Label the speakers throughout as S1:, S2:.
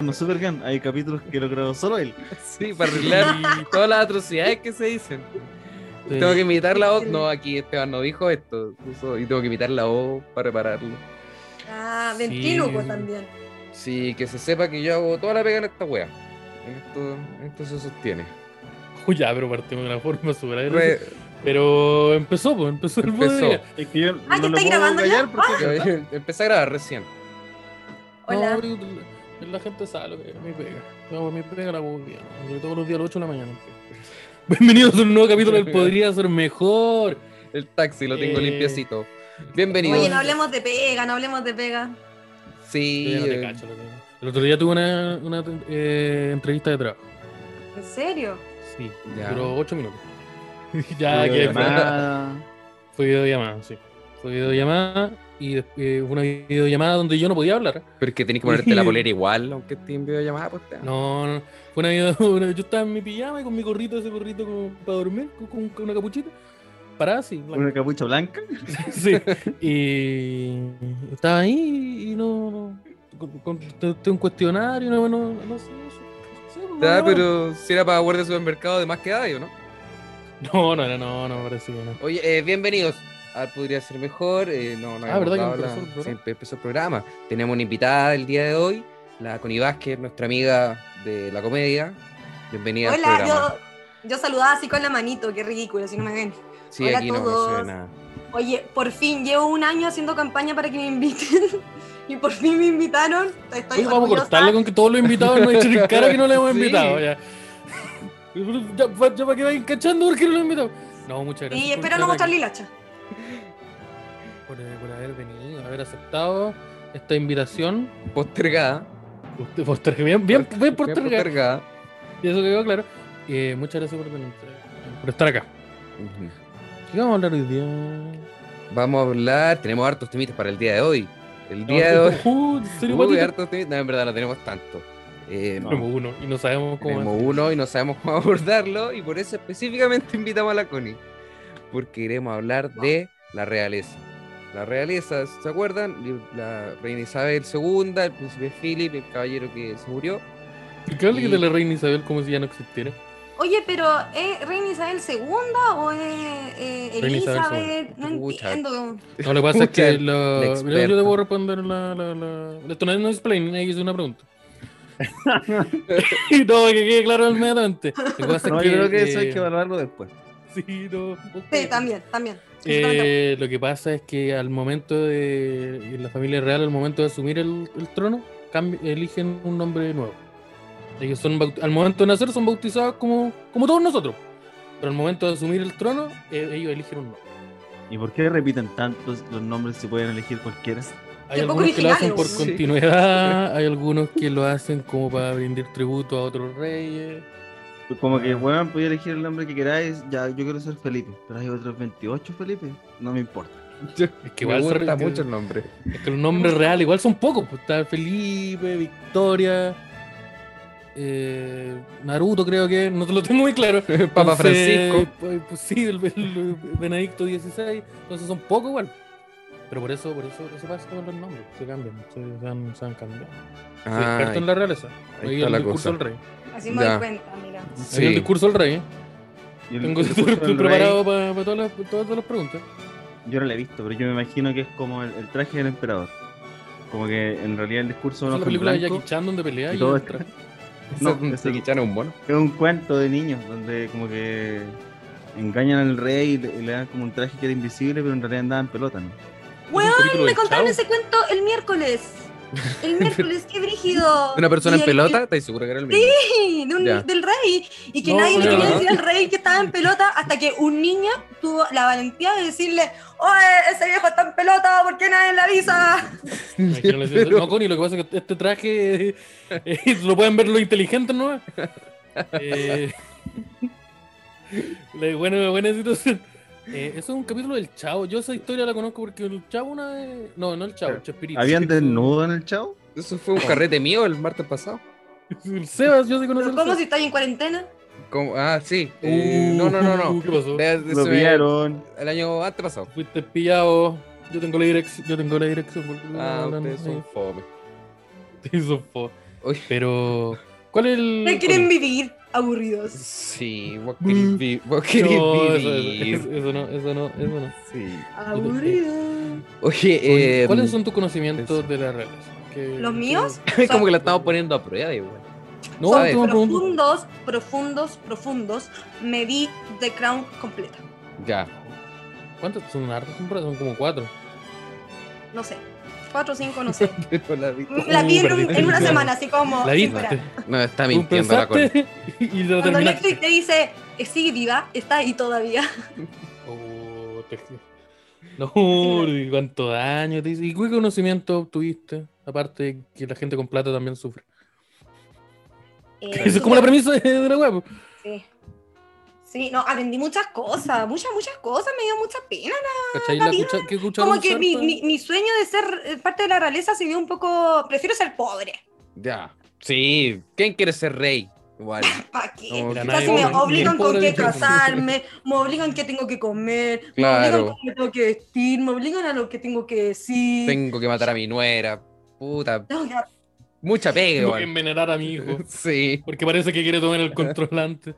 S1: no Supergan, hay capítulos que lo creó solo él.
S2: Sí, para arreglar todas las atrocidades que se dicen. Tengo que imitar la voz. No, aquí Esteban no dijo esto. puso- y tengo que imitar la voz para repararlo.
S3: Ah,
S4: Sí.
S3: ventríloco también.
S2: Sí, que se sepa que yo hago toda la pega en esta wea. Esto, esto se sostiene.
S4: Uy, ya, pero partimos de una forma súper agresiva.
S2: Re-
S4: Pero empezó, pues, empezó el
S2: Empezó.
S4: poder.
S1: Es que yo
S3: Ah,
S1: lo
S3: ¿que estáis
S1: puedo
S3: grabando ya? Ah.
S1: callar porque-
S2: empecé a grabar recién.
S3: Hola.
S4: No, pero la gente sabe lo que es mi pega. No, mi pega la hago bien. Yo todos los días a las 8 de la mañana. pues. Bienvenidos a un nuevo capítulo del Podría Ser Mejor.
S2: El taxi lo tengo
S4: Eh.
S2: limpiecito. Bienvenido.
S3: Oye, no hablemos de pega, no hablemos de pega.
S2: Sí,
S4: Yo ya no te
S2: eh,
S4: cacho, loco. El otro día tuve una, una, eh, entrevista de trabajo.
S3: ¿En serio?
S4: Sí,
S2: Ya.
S4: duró 8 minutos. ya,
S1: Yo
S4: que fue,
S1: llamada.
S4: fue videollamada, sí. Fue videollamada y después fue una videollamada donde yo no podía hablar.
S2: pero es que tenés que ponerte la polera igual, aunque esté en videollamada, pues te amo.
S4: No, no, fue una vida. una- yo estaba en mi pijama y con mi gorrito, ese gorrito como para dormir, con, con- con una capuchita. Parada así. blanca.
S1: Una capucha blanca.
S4: Sí. Y estaba ahí y no. no con- contesté un cuestionario, no, no, no, sé. no sé, no sé,
S2: Ya,
S4: no,
S2: pero si era para guardia de supermercado, de más que hay, ¿o no?
S4: No, no, no, no, no, parecía. No.
S2: Oye, eh, bienvenidos. Ah, podría ser mejor. eh, no, no
S4: Ah, ¿verdad que
S2: habíamos
S4: empezó
S2: dado
S4: el programa?
S2: sí, empe- empezó el programa. Tenemos una invitada el día de hoy, la Connie Vázquez, nuestra amiga de la comedia. Bienvenida al
S3: Hola,
S2: programa.
S3: yo, yo saludaba así con la manito, qué ridículo, si no me ven.
S2: Sí,
S3: Hola a
S2: aquí no, no
S3: todos.
S2: se ve nada.
S3: Oye, por fin, llevo un año haciendo campaña para que me inviten. Y por fin me invitaron. Estoy
S4: Oye, vamos a
S3: orgullosa.
S4: cortarle con que todos los invitados nos echen en cara que no le hemos
S2: Sí.
S4: invitado. Ya, ya, pa- ya para que vayan cachando porque no lo invitamos. No, muchas gracias.
S3: Y
S4: por
S3: espero
S4: estar
S3: no
S4: aquí.
S3: mostrar hilacha.
S4: por, por haber venido, haber aceptado esta invitación.
S2: Postergada.
S4: Usted- poster- bien, bien, bien por
S2: Bien
S4: tergar,
S2: postergada.
S4: y eso quedó claro. Eh, muchas gracias por venir, eh, por estar acá.
S2: Ujú.
S4: ¿Qué vamos a hablar hoy día?
S2: Vamos a hablar. Tenemos hartos temitas para el día de hoy. El día de hoy.
S4: Uh, ¿en serio,
S2: Uy,
S4: patito?
S2: hartos temitas. No, en verdad no tenemos tanto. Eh,
S4: Tenemos uno y no sabemos cómo.
S2: Tenemos uno y no sabemos cómo abordarlo y por eso específicamente invitamos a la Connie. Porque iremos a hablar de la realeza. La realeza, ¿se acuerdan? La reina Isabel II, el príncipe Philip, el caballero que se murió.
S4: ¿Por ¿Qué habla que de la reina Isabel como si ya no existiera?
S3: Oye, pero ¿es Reina Isabel II o es eh,
S4: Reina Isabel
S3: Elizabeth? No
S2: Pucha.
S3: entiendo.
S4: No, lo que pasa es
S2: Pucha,
S4: que la-
S2: la
S4: mira,
S2: experta.
S4: yo debo responder la. la, la... Esto no es no es explain, es una pregunta. no, que quede claro inmediatamente. Lo que pasa es
S1: No, yo creo que eso hay
S4: eh,
S1: que evaluarlo después.
S4: Sí, no.
S3: Sí, también, también. absolutamente.
S4: Eh, lo que pasa es que al momento de en la familia real, al momento de asumir el, el trono, cambi- eligen un nombre nuevo. Ellos son baut- al momento de nacer son bautizados como, como todos nosotros. Pero al momento de asumir el trono, eh, ellos eligen un nombre.
S1: ¿Y por qué repiten tantos los nombres si pueden elegir cualquiera?
S4: Hay
S3: Qué poco
S4: algunos que lo hacen
S3: originales,
S4: por
S2: sí.
S4: continuidad, hay algunos que lo hacen como para brindar tributo a otros reyes.
S1: Como que, bueno, podía elegir el nombre que queráis. Ya, yo quiero ser Felipe. Pero hay otros 28 Felipe. No me importa.
S4: Es que
S2: Que me
S4: igual son-
S2: gusta
S4: que-
S2: mucho el nombre.
S4: Es que los nombres reales igual son pocos. Pues está Felipe, Victoria, eh, Naruto creo que, no te lo tengo muy claro.
S2: Papa
S4: Entonces,
S2: Francisco.
S4: pues, pues sí, el, el- el Benedicto XVI, entonces son pocos igual. Pero por eso, por eso, eso pasa con los nombres, se cambian, se, se han, se han cambiado. Se
S2: Ah,
S4: descartan la realeza.
S2: ahí
S4: Ahí
S2: está
S4: el
S2: la cosa.
S4: discurso del rey.
S3: Así me
S2: ya.
S3: doy cuenta, mira.
S4: Ahí el
S2: sí.
S4: discurso del rey. ¿eh?
S1: Y el-
S4: Tengo
S1: el discurso
S4: estoy
S1: del
S4: preparado
S1: rey,
S4: para, todas, las, para todas las preguntas.
S1: Yo no lo he visto, pero yo me imagino que es como el, el traje del emperador. Como que en realidad el discurso de
S4: Es
S1: un
S4: la
S1: hombre en
S4: película de Jackie
S1: blanco
S4: Chan donde pelea
S1: y
S4: y,
S1: todo
S4: entra.
S1: esto.
S2: No,
S1: No,
S2: es
S1: ese-
S2: un mono.
S1: Es un cuento de niños donde como que engañan al rey y le, y le dan como un traje que era invisible, pero en realidad andaba en pelota, ¿no?
S4: Es un
S3: Weón,
S4: capítulo
S3: Me
S4: del
S3: contaron
S4: Chavo.
S3: ese cuento el miércoles. El miércoles, qué brígido.
S2: ¿Una persona
S3: Y
S2: en
S3: el-
S2: pelota? ¿Estáis seguro que era el mismo?
S3: Sí, de un-
S2: Ya.
S3: del rey. Y que
S4: No,
S3: nadie le
S2: pero
S3: quería
S2: no.
S3: decir al rey que estaba en pelota hasta que un niño tuvo la valentía de decirle, oye, ese viejo está en pelota, ¿por qué nadie le avisa?
S4: Ay, que no, les-
S2: Pero-
S4: no, Connie, lo que pasa es que este traje eh, eh, lo pueden ver lo inteligente, ¿no? Eh, la- bueno, buena situación. Eh, eso es un capítulo del Chavo. Yo esa historia la conozco porque el Chavo una vez. No, no el Chavo, el Chespirito.
S1: ¿Habían desnudo en el chavo?
S2: Eso fue un carrete mío el martes pasado.
S4: El Sebas, yo sí conozco.
S3: Pero
S4: el
S3: ¿Cómo si
S4: Sebas. Uh,
S3: está ahí en cuarentena?
S2: Como- Ah, sí. Eh, no, no, no, no.
S4: ¿Qué pasó?
S2: De- de-
S1: Lo
S2: se me-
S1: pillaron.
S2: El año antepasado.
S4: Fuiste pillado. Yo tengo la dirección. Yo tengo la dirección. porque no
S2: Ah,
S4: hablan,
S2: ustedes
S4: eh,
S2: son fome.
S4: ustedes son fo-
S2: Oye.
S4: Pero, ¿cuál es el...?
S3: No quieren vivir aburridos.
S2: Mm, Sí, vos querés
S4: Mm.
S2: vi- vos
S4: No,
S2: querés
S4: eso,
S2: vivir.
S4: eso- eso no, eso no, eso no.
S2: Sí.
S3: Aburridos.
S2: Oye, eh,
S4: ¿Cuáles son tus conocimientos de las reales? Que-
S3: ¿Los míos?
S2: como que la estamos poniendo a prueba igual.
S4: No,
S3: Son
S4: última pregunta.
S3: profundos, profundos, profundos. Me vi The Crown completa.
S2: Ya.
S4: ¿Cuántas son? hartas temporadas? Son como cuatro.
S3: No sé. Cuatro o cinco, no sé.
S2: Pero la vi-
S3: La vi en, un-
S4: perdiste
S3: en una
S4: el-
S3: semana, así como.
S4: La viste.
S3: sin parar.
S2: No, está
S4: Tú
S2: mintiendo la con.
S4: pensaste y lo
S3: Oh, Cuando
S4: terminaste.
S3: Netflix te dice, eh, sigue viva, está ahí todavía.
S4: Oh, te- No, y cuánto daño te hice. ¿Y qué conocimiento obtuviste? Aparte de que la gente con plata también sufre.
S3: Eh,
S4: Esa es como la premisa de, de la web.
S3: Sí. Sí, no, aprendí muchas cosas, muchas, muchas cosas, me dio mucha pena.
S4: ¿Cachai? La cucha- ¿Qué cuchara
S3: Ah, Como
S4: usar
S3: que mi,
S4: para-
S3: mi- mi sueño de ser eh, parte de la realeza se vio un poco. Prefiero ser pobre.
S2: Ya. Sí. ¿Quién quiere ser rey? Igual.
S3: ¿Para qué?
S2: No,
S4: Mira,
S3: O sea,
S4: nadie
S3: si me
S4: pobre, nadie
S3: obligan con
S4: pobre
S3: qué
S4: dice eso.
S3: casarme, me obligan qué tengo que comer, me obligan
S2: Claro.
S3: con qué tengo que vestir, me obligan a lo que tengo que decir.
S2: Tengo que matar a mi nuera. Puta.
S3: Tengo que-
S2: Mucha pega
S4: Tengo que
S2: igual.
S4: envenenar a mi hijo.
S2: Sí.
S4: Porque parece que quiere tomar el controlante.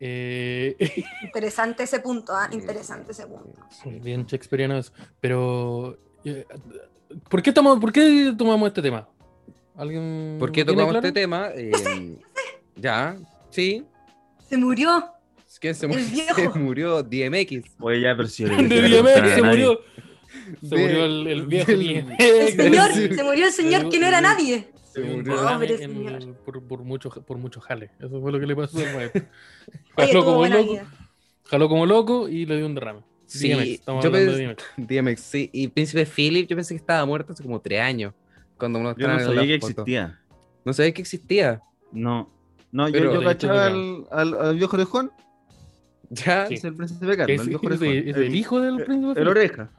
S4: Eh,
S3: Interesante ese punto, ah, interesante ese punto.
S4: bien shakespeariano eso. Pero. eh, ¿Por qué, estamos, ¿Por qué tomamos este tema? ¿Alguien
S2: ¿Por qué
S4: lo em, tiene
S2: tocamos
S4: claro?
S2: este tema? Eh, ya. Sí.
S3: Se murió.
S2: ¿Quién se
S3: El
S2: murió?
S3: viejo.
S2: Se murió DMX.
S1: Oye, ya, pero si yo le
S4: De
S1: dije que no
S4: Diomedes
S1: gustaba
S4: se
S1: a nadie.
S4: murió. Se
S2: De-
S4: murió el, el viejo.
S2: del-
S4: Diomedes.
S3: El señor, se murió el
S4: Sí.
S3: señor que no era nadie.
S2: Se
S4: Un
S2: murió.
S4: gran
S3: Pobre
S4: en-
S3: señor.
S4: por, por mucho, por mucho jale. Eso fue lo que le pasó al maestro.
S3: Oye,
S4: jaló,
S3: tuvo
S4: como
S3: buena
S4: loco,
S3: vida.
S4: jaló como loco y le dio un derrame.
S2: Sí,
S4: DMX, estamos
S2: yo
S4: hablando
S2: pens-
S4: de DMX.
S2: DMX, sí. Y Príncipe Philip, yo pensé que estaba muerto hace como tres años. Cuando me
S1: Yo no
S2: mostraron en
S1: sabía
S2: la
S1: que
S2: foto.
S1: existía.
S2: No sabía que existía.
S1: No. No, yo-
S2: Pero-
S1: yo, cachaba al, al, al viejo orejón,
S2: Ya.
S4: Sí.
S1: es el príncipe Carlos, el
S4: Es,
S1: viejo
S4: es
S1: orejón.
S4: de- es del
S1: el,
S4: hijo del príncipe.
S1: el
S4: Felipe,
S1: oreja.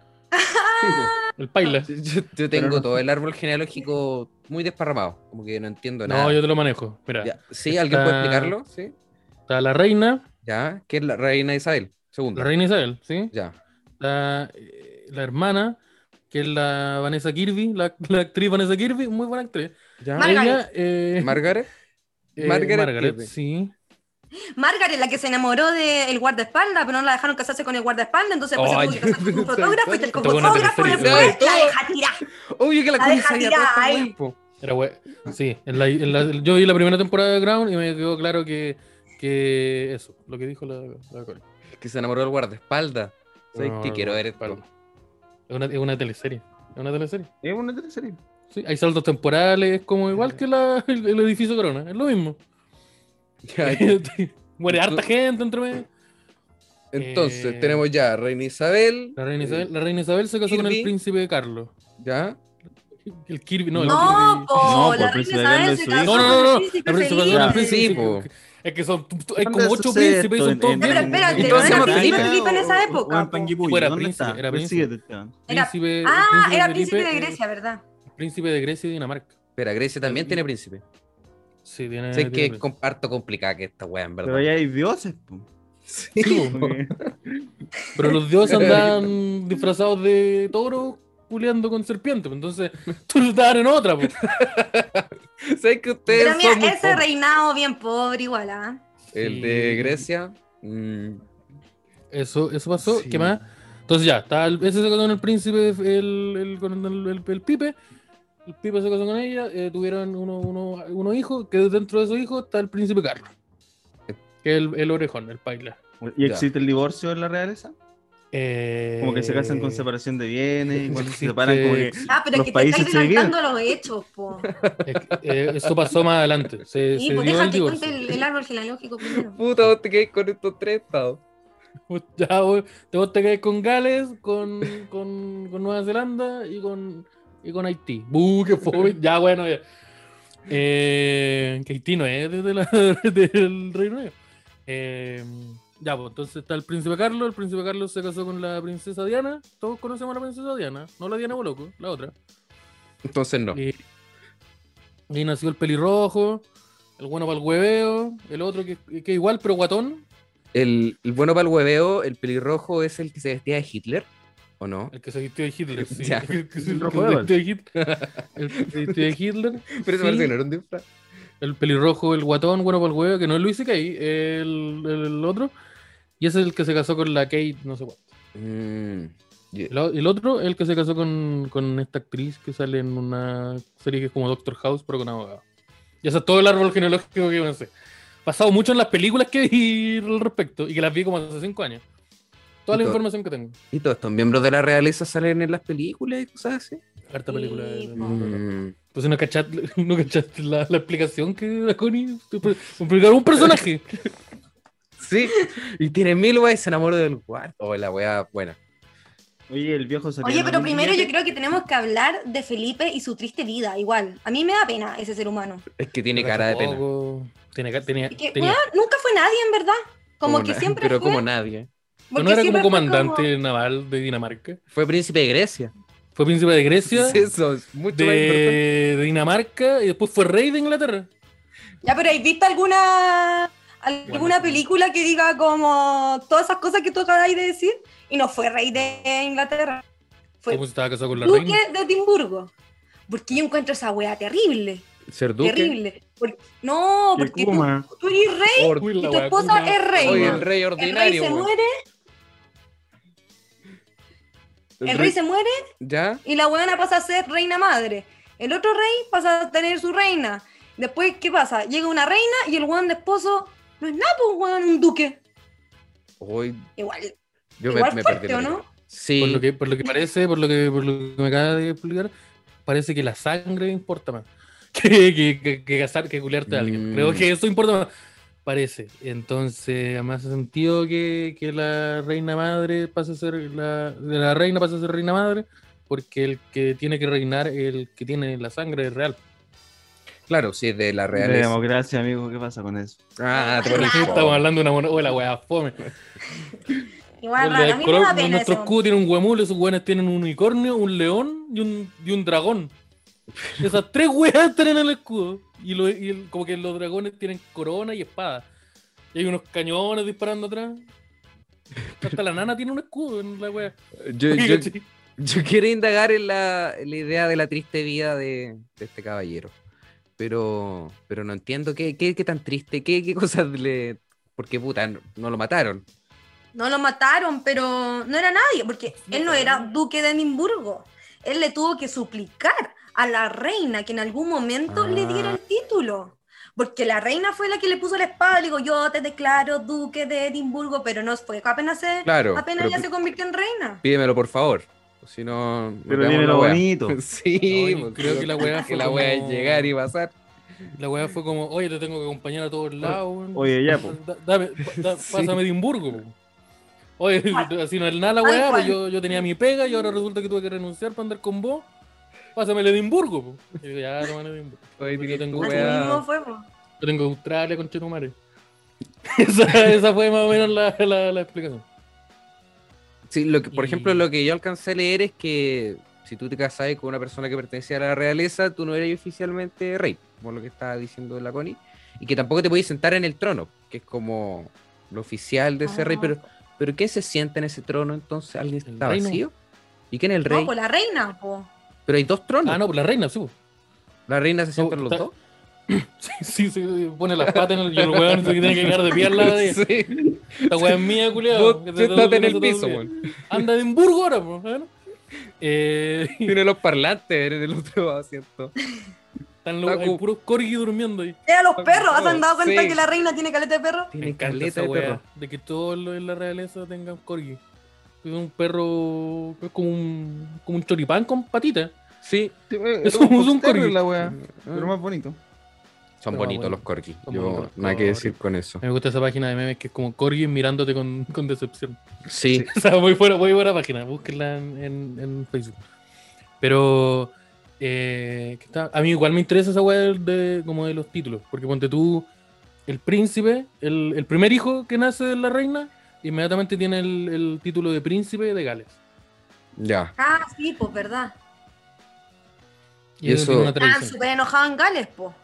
S4: el paila.
S2: Yo, yo
S1: Pero
S2: tengo
S1: no.
S2: todo el árbol genealógico muy desparramado. Como que no entiendo nada.
S4: No, yo te lo manejo. Mira,
S2: Ya, Sí, ¿alguien puede
S4: Está-
S2: explicarlo? Sí.
S4: está la reina,
S2: Ya. ¿Qué es la reina Isabel? Segunda.
S4: la reina Isabel, ¿sí?
S2: Ya.
S4: Está eh, la hermana, que es la Vanessa Kirby, la, la actriz Vanessa Kirby, muy buena actriz.
S2: Ya.
S3: Mar- Margaret.
S4: Ella, eh,
S2: Margaret.
S4: eh,
S2: Margaret
S4: Margaret,
S2: Kirby.
S4: sí.
S3: Margaret, la que se enamoró del guardaespaldas, pero no la dejaron casarse con el guardaespaldas, entonces después
S2: Ay,
S3: se tuvo que casar con un
S2: pensaba
S3: fotógrafo y
S2: tanto.
S3: el
S4: Esta buena
S3: fotógrafo le
S4: teleserie.
S3: fue,
S2: No,
S3: la
S2: todo.
S3: deja tirar.
S2: Obvio que la
S3: La
S2: Connie
S3: deja
S2: sabía todo
S3: tirada
S2: este
S3: ahí.
S2: tiempo.
S4: Era bue- Sí, en la- en la- yo vi la primera temporada de Ground y me quedó claro que, que eso, lo que dijo la, la Cori.
S2: Que se enamoró del guardaespaldas. ¿Sabes
S4: No,
S2: qué? Quiero ver esto.
S4: guardaespaldas. Es una, es una teleserie. Es una teleserie.
S1: Es una teleserie.
S4: Sí, hay saltos temporales, como igual que la- el, el edificio Corona. Es lo mismo.
S2: Ya,
S4: Muere harta
S2: Entonces-
S4: gente entre medio.
S2: Entonces,
S4: Eh,
S2: tenemos ya Reina Isabel.
S4: La reina
S2: eh,
S4: Isabel, la reina Isabel se casó con
S2: Kirby.
S4: el príncipe Carlos.
S2: Ya.
S4: El Kirby, no, el
S3: No,
S4: Kirby.
S1: No,
S3: po,
S1: por
S3: la
S1: príncipe
S3: reina Isabel
S1: Carlos es
S3: se
S1: su hijo.
S3: casó
S4: No, no, no, no.
S3: con el
S4: La
S3: príncipe
S4: príncipe-
S3: Felipe.
S4: la
S2: Ya,
S4: príncipe-
S2: sí, po.
S4: Es que son, hay como
S1: ¿Dónde
S4: ocho
S1: sucede
S4: príncipes y
S1: esto?
S4: son
S1: ¿En-
S4: todos
S1: en-
S3: Pero
S4: bien.
S3: espérate,
S2: Entonces,
S3: ¿no
S2: ¿se
S3: era príncipe
S2: llama
S3: Felipe en esa
S1: o- o
S3: época?
S1: en Panguipulli,
S4: Fuera
S1: ¿dónde
S4: príncipe,
S1: está?
S4: era
S1: Persíguete, Esteban.
S3: Era-
S4: Príncipe- el
S3: Ah,
S4: príncipe
S3: era príncipe
S4: Felipe
S3: de
S4: es
S3: Grecia, ¿verdad?
S4: Príncipe de Grecia y Dinamarca.
S2: Espera, Grecia también
S4: Eh,
S2: tiene príncipe.
S4: Sí, Ah, tiene.
S2: Sé que
S4: tiene príncipe.
S2: comparto complicada que esta wea, en
S1: Pero
S2: verdad.
S1: ahí hay dioses, po.
S4: Sí, po.
S1: Porque-
S4: Pero los dioses andan disfrazados de toro culeando con serpiente. pues, Entonces, tú estabas en otra. pues.
S2: Sé que ustedes
S3: Pero
S2: son muy
S3: mira, ese
S2: pobres.
S3: reinado bien pobre igual, ¿ah?
S2: El
S4: Sí.
S2: de Grecia. mm,
S4: Eso, eso pasó.
S2: Sí.
S4: ¿Qué más? Entonces, ya, está el, ese se casó con el príncipe, el, el, con el, el- el Pipe. El Pipe se casó con ella. eh, tuvieron uno- uno- unos hijos. Que dentro de esos hijos está el príncipe Carlos. Que es el, el orejón, el paila.
S1: ¿Y
S2: Ya.
S1: existe el divorcio en la realeza? Como que se casan con
S4: Eh,
S1: separación de bienes, y cuando se
S4: existe-
S1: separan como que...
S3: Ah, pero
S1: Los
S3: es que te
S1: países
S3: estáis
S1: se dividen.
S3: adelantando los hechos, po.
S4: Eh, eh, eso pasó más adelante. Se,
S3: Y
S4: se
S3: pues
S4: dio
S3: deja
S4: el
S3: que cuente
S4: divorcio.
S3: el el árbol genealógico primero.
S2: Puta, vos te quedás con estos tres estados.
S4: Ya, vos, te- vos te quedás con Gales, con, con, con Nueva Zelanda y con, y con Haití. ¡Buh, qué fome! Ya, bueno, ya. Eh, que Haití no es desde la- del Reino Unido. Eh, ya, pues entonces está el príncipe Carlos. El príncipe Carlos se casó con la princesa Diana. Todos conocemos a la princesa Diana. No la Diana Boloco, la otra.
S2: Entonces no.
S4: Y, y nació el pelirrojo, el bueno para el hueveo, el otro que que igual, pero guatón.
S2: El, el bueno para el hueveo, el pelirrojo, es el que se vestía de Hitler. ¿O ¿O no?
S4: El que se vistió de Hitler, sí.
S2: Ya.
S4: El que se
S1: El
S4: el
S1: rojo
S4: que se
S1: Evans.
S4: vistió de Hitler. El que se vistió de Hitler.
S2: Pero se
S4: Sí.
S2: parece que no era un disfraz.
S4: El pelirrojo, el guatón, bueno para el huevo, que no es Luis C.K., el, el otro. Y ese es el que se casó con la Kate, no sé cuánto.
S2: Mm. Yo-
S4: El, o- el otro es el que se casó con, con esta actriz que sale en una serie que es como Doctor House, pero con abogado. Y eso es todo el árbol genealógico que yo sé. Pasado mucho en las películas que vi al respecto y que las vi como hace cinco años. Toda la
S2: Y todo-
S4: información que tengo.
S2: ¿Y todos estos miembros de la realeza salen en las películas y cosas así?
S4: Harta película.
S3: Sí,
S4: de-
S3: po.
S2: Mm.
S4: Entonces no cachaste, no cachaste la, la explicación que da Connie. Te pre- explicaron un personaje.
S2: Sí, y tiene mil weas y se enamoró del guardo. Oh, la wea buena.
S1: Oye, el viejo salió.
S3: Oye, pero primero yo creo que tenemos que hablar de Felipe y su triste vida, igual. A mí me da pena ese ser humano.
S2: Es que tiene cara de pena.
S4: Tampoco- Tiene, ca- tenía,
S3: Y que,
S4: Eh, tenía-
S3: weón, nunca fue nadie, en verdad. Como, que
S2: na-
S3: siempre
S2: Pero
S3: fue.
S2: como nadie.
S4: no
S3: porque
S4: era
S3: siempre
S4: como
S3: fue
S4: comandante naval de Dinamarca.
S2: Fue príncipe de Grecia.
S4: Fue príncipe de Grecia.
S2: Eso es mucho más importante.
S4: de, de Dinamarca y después fue rey de Inglaterra.
S3: Ya, pero ¿has visto alguna alguna
S4: Bueno.
S3: película que diga como todas esas cosas que tú acabáis de decir? Y no fue rey de Inglaterra.
S4: Como si
S3: Fue
S4: Ah, pues, estaba casado con la reina.
S3: duque de Edimburgo. Porque yo encuentro esa weá terrible.
S2: Ser duque.
S3: Terrible. Por- no, porque tú, tú eres rey
S2: Or-
S4: Uy,
S3: y
S4: la
S3: tu
S4: wea
S3: esposa
S4: culia.
S3: es reina.
S2: Oye,
S4: Oye,
S2: el rey
S3: el rey
S2: ordinario.
S3: se
S2: weón.
S3: muere,
S2: El
S3: el
S2: rey-
S3: rey se muere
S2: ¿Ya?
S3: y la weona pasa a ser reina madre. El otro rey pasa a tener su reina. Después, ¿qué pasa? Llega una reina y el weón de esposo no es nada, pues weón, un duque.
S2: Hoy
S3: Igual,
S2: yo me,
S3: igual
S2: me
S3: fuerte,
S2: perdí. la
S3: ¿o no?
S2: película. Sí.
S4: Por lo, que, por lo que parece, por lo que, por lo que me acaba de explicar, parece que la sangre importa más que, que, que, que casar, que culiarte a alguien.
S2: Mm.
S4: Creo que eso importa más. Parece. Entonces, más hace sentido que, que la reina madre pase a ser la, de la reina pase a ser reina madre, porque el que tiene que reinar, el que tiene la sangre es real.
S2: Claro, sí, de la
S1: La
S2: realeza.
S1: democracia, amigo, ¿qué pasa con eso?
S2: Ah, te
S3: Pero
S2: pones-
S4: Estamos hablando de una mona. Hola, weá, fome.
S3: igual
S4: Vuelve
S3: raro. A
S4: al
S3: mí me
S4: color-
S3: da pena ese
S4: nuestros
S3: hombre.
S4: cubos tienen un guamule, esos guanes tienen un unicornio, un león y un, y un dragón. Esas tres weas están en el escudo. Y, lo- y el- como que los dragones tienen corona y espada. Y hay unos cañones disparando atrás. Hasta la nana tiene un escudo en la wea.
S2: Yo, yo, yo quiero indagar en la, en la idea de la triste vida de, de este caballero. Pero, pero no entiendo qué, qué, qué tan triste, qué, qué cosas le. Porque puta, no, no lo mataron.
S3: No lo mataron, pero no era nadie, porque él no era duque de Edimburgo. Él le tuvo que suplicar a la reina que en algún momento le
S2: Ah.
S3: diera el título. Porque la reina fue la que le puso la espada. Le digo, yo te declaro duque de Edimburgo, pero no fue que apenas, se,
S2: Claro.
S3: apenas
S2: pero
S3: ya
S2: pí-
S3: se convirtió en reina.
S2: Pídemelo, por favor. Si no. nos
S1: Pero
S2: quedamos
S1: dime
S2: en la
S1: lo
S2: wea.
S1: bonito.
S2: Sí,
S4: No, y
S2: pues,
S4: creo que la wea fue
S2: la wea es
S4: como-
S2: llegar y pasar.
S4: La wea fue como, oye, te tengo que acompañar a todos lados. weón.
S1: Oye, ya, po.
S4: Da- dame, pa- da-
S2: Sí.
S4: Pásame a Edimburgo. po. Oye, así no es nada la
S3: Tal
S4: weá,
S3: cual.
S4: pues yo, yo tenía mi pega y ahora resulta que tuve que renunciar para andar con vos. Pásame el Edimburgo. po. Y yo, ya, toma el Edimburgo.
S2: Hoy
S4: Porque tengo
S3: Así
S4: wea.
S3: mismo fue. po.
S4: Yo tengo Australia con Chetumare. Esa, esa fue más o menos la, la- la explicación.
S2: Sí, lo que, por
S4: Y-
S2: ejemplo, lo que yo alcancé a leer es que si tú te casas con una persona que pertenecía a la realeza, tú no eres oficialmente rey, por lo que estaba diciendo la Connie, y que tampoco te podías sentar en el trono, que es como lo oficial de ser rey,
S3: Ah.
S2: pero, pero ¿quién se sienta en ese trono entonces? ¿Alguien
S4: El
S2: está
S4: rey no.
S2: vacío? ¿Y quién es el
S3: No,
S2: rey?
S3: pues la reina, po.
S2: Pero hay dos tronos.
S4: Ah, no, pues la reina, sí. po.
S2: ¿La reina se sienta en los
S4: está-
S2: dos?
S4: Sí, sí, pone las patas en el, y el weón se tiene que quedar de pie al lado de ella.
S2: Sí.
S4: La weá es mía, culiado.
S2: Vos sentate en el piso, weón.
S4: Anda a Edimburgo ahora, po. bueno. Eh,
S2: Tiene los parlantes en el otro asiento.
S4: Están los
S2: Está
S4: hay
S2: cu-
S4: puros corgi durmiendo ahí.
S3: Era los perros. ¿Has
S2: perros,
S3: dado cuenta
S2: Oh, sí.
S3: que la reina tiene caleta de perros?
S4: Me
S2: Tiene
S4: encanta
S2: caleta
S4: esa
S2: de
S4: weá,
S2: perro.
S4: de que todos los en la realeza tengan corgi. Es un perro que es como un, como un choripán con patitas.
S2: Sí.
S4: Es como un corgi.
S1: la wea. Pero más bonito.
S2: Son
S4: Pero
S2: bonitos
S4: bueno,
S2: los corgis.
S4: son
S2: Yo,
S4: bonitos los
S2: no hay que
S4: corgis. Eh,
S2: decir con eso.
S4: Me gusta esa página de memes que es como corgi mirándote con, con decepción.
S2: Sí.
S4: O sea, muy buena, muy buena página. Búsquenla en, en- en Facebook. Pero eh, ¿qué está? a mí igual me interesa esa weá de, como de los títulos. Porque ponte tú, el príncipe, el, el primer hijo que nace de la reina, inmediatamente tiene el, el título de príncipe de Gales.
S2: Ya.
S3: Ah, sí, pues, verdad.
S4: Y,
S2: Y
S4: eso
S2: eso-
S4: tiene una
S3: Estaban
S4: tradición.
S3: súper enojados en Gales, po.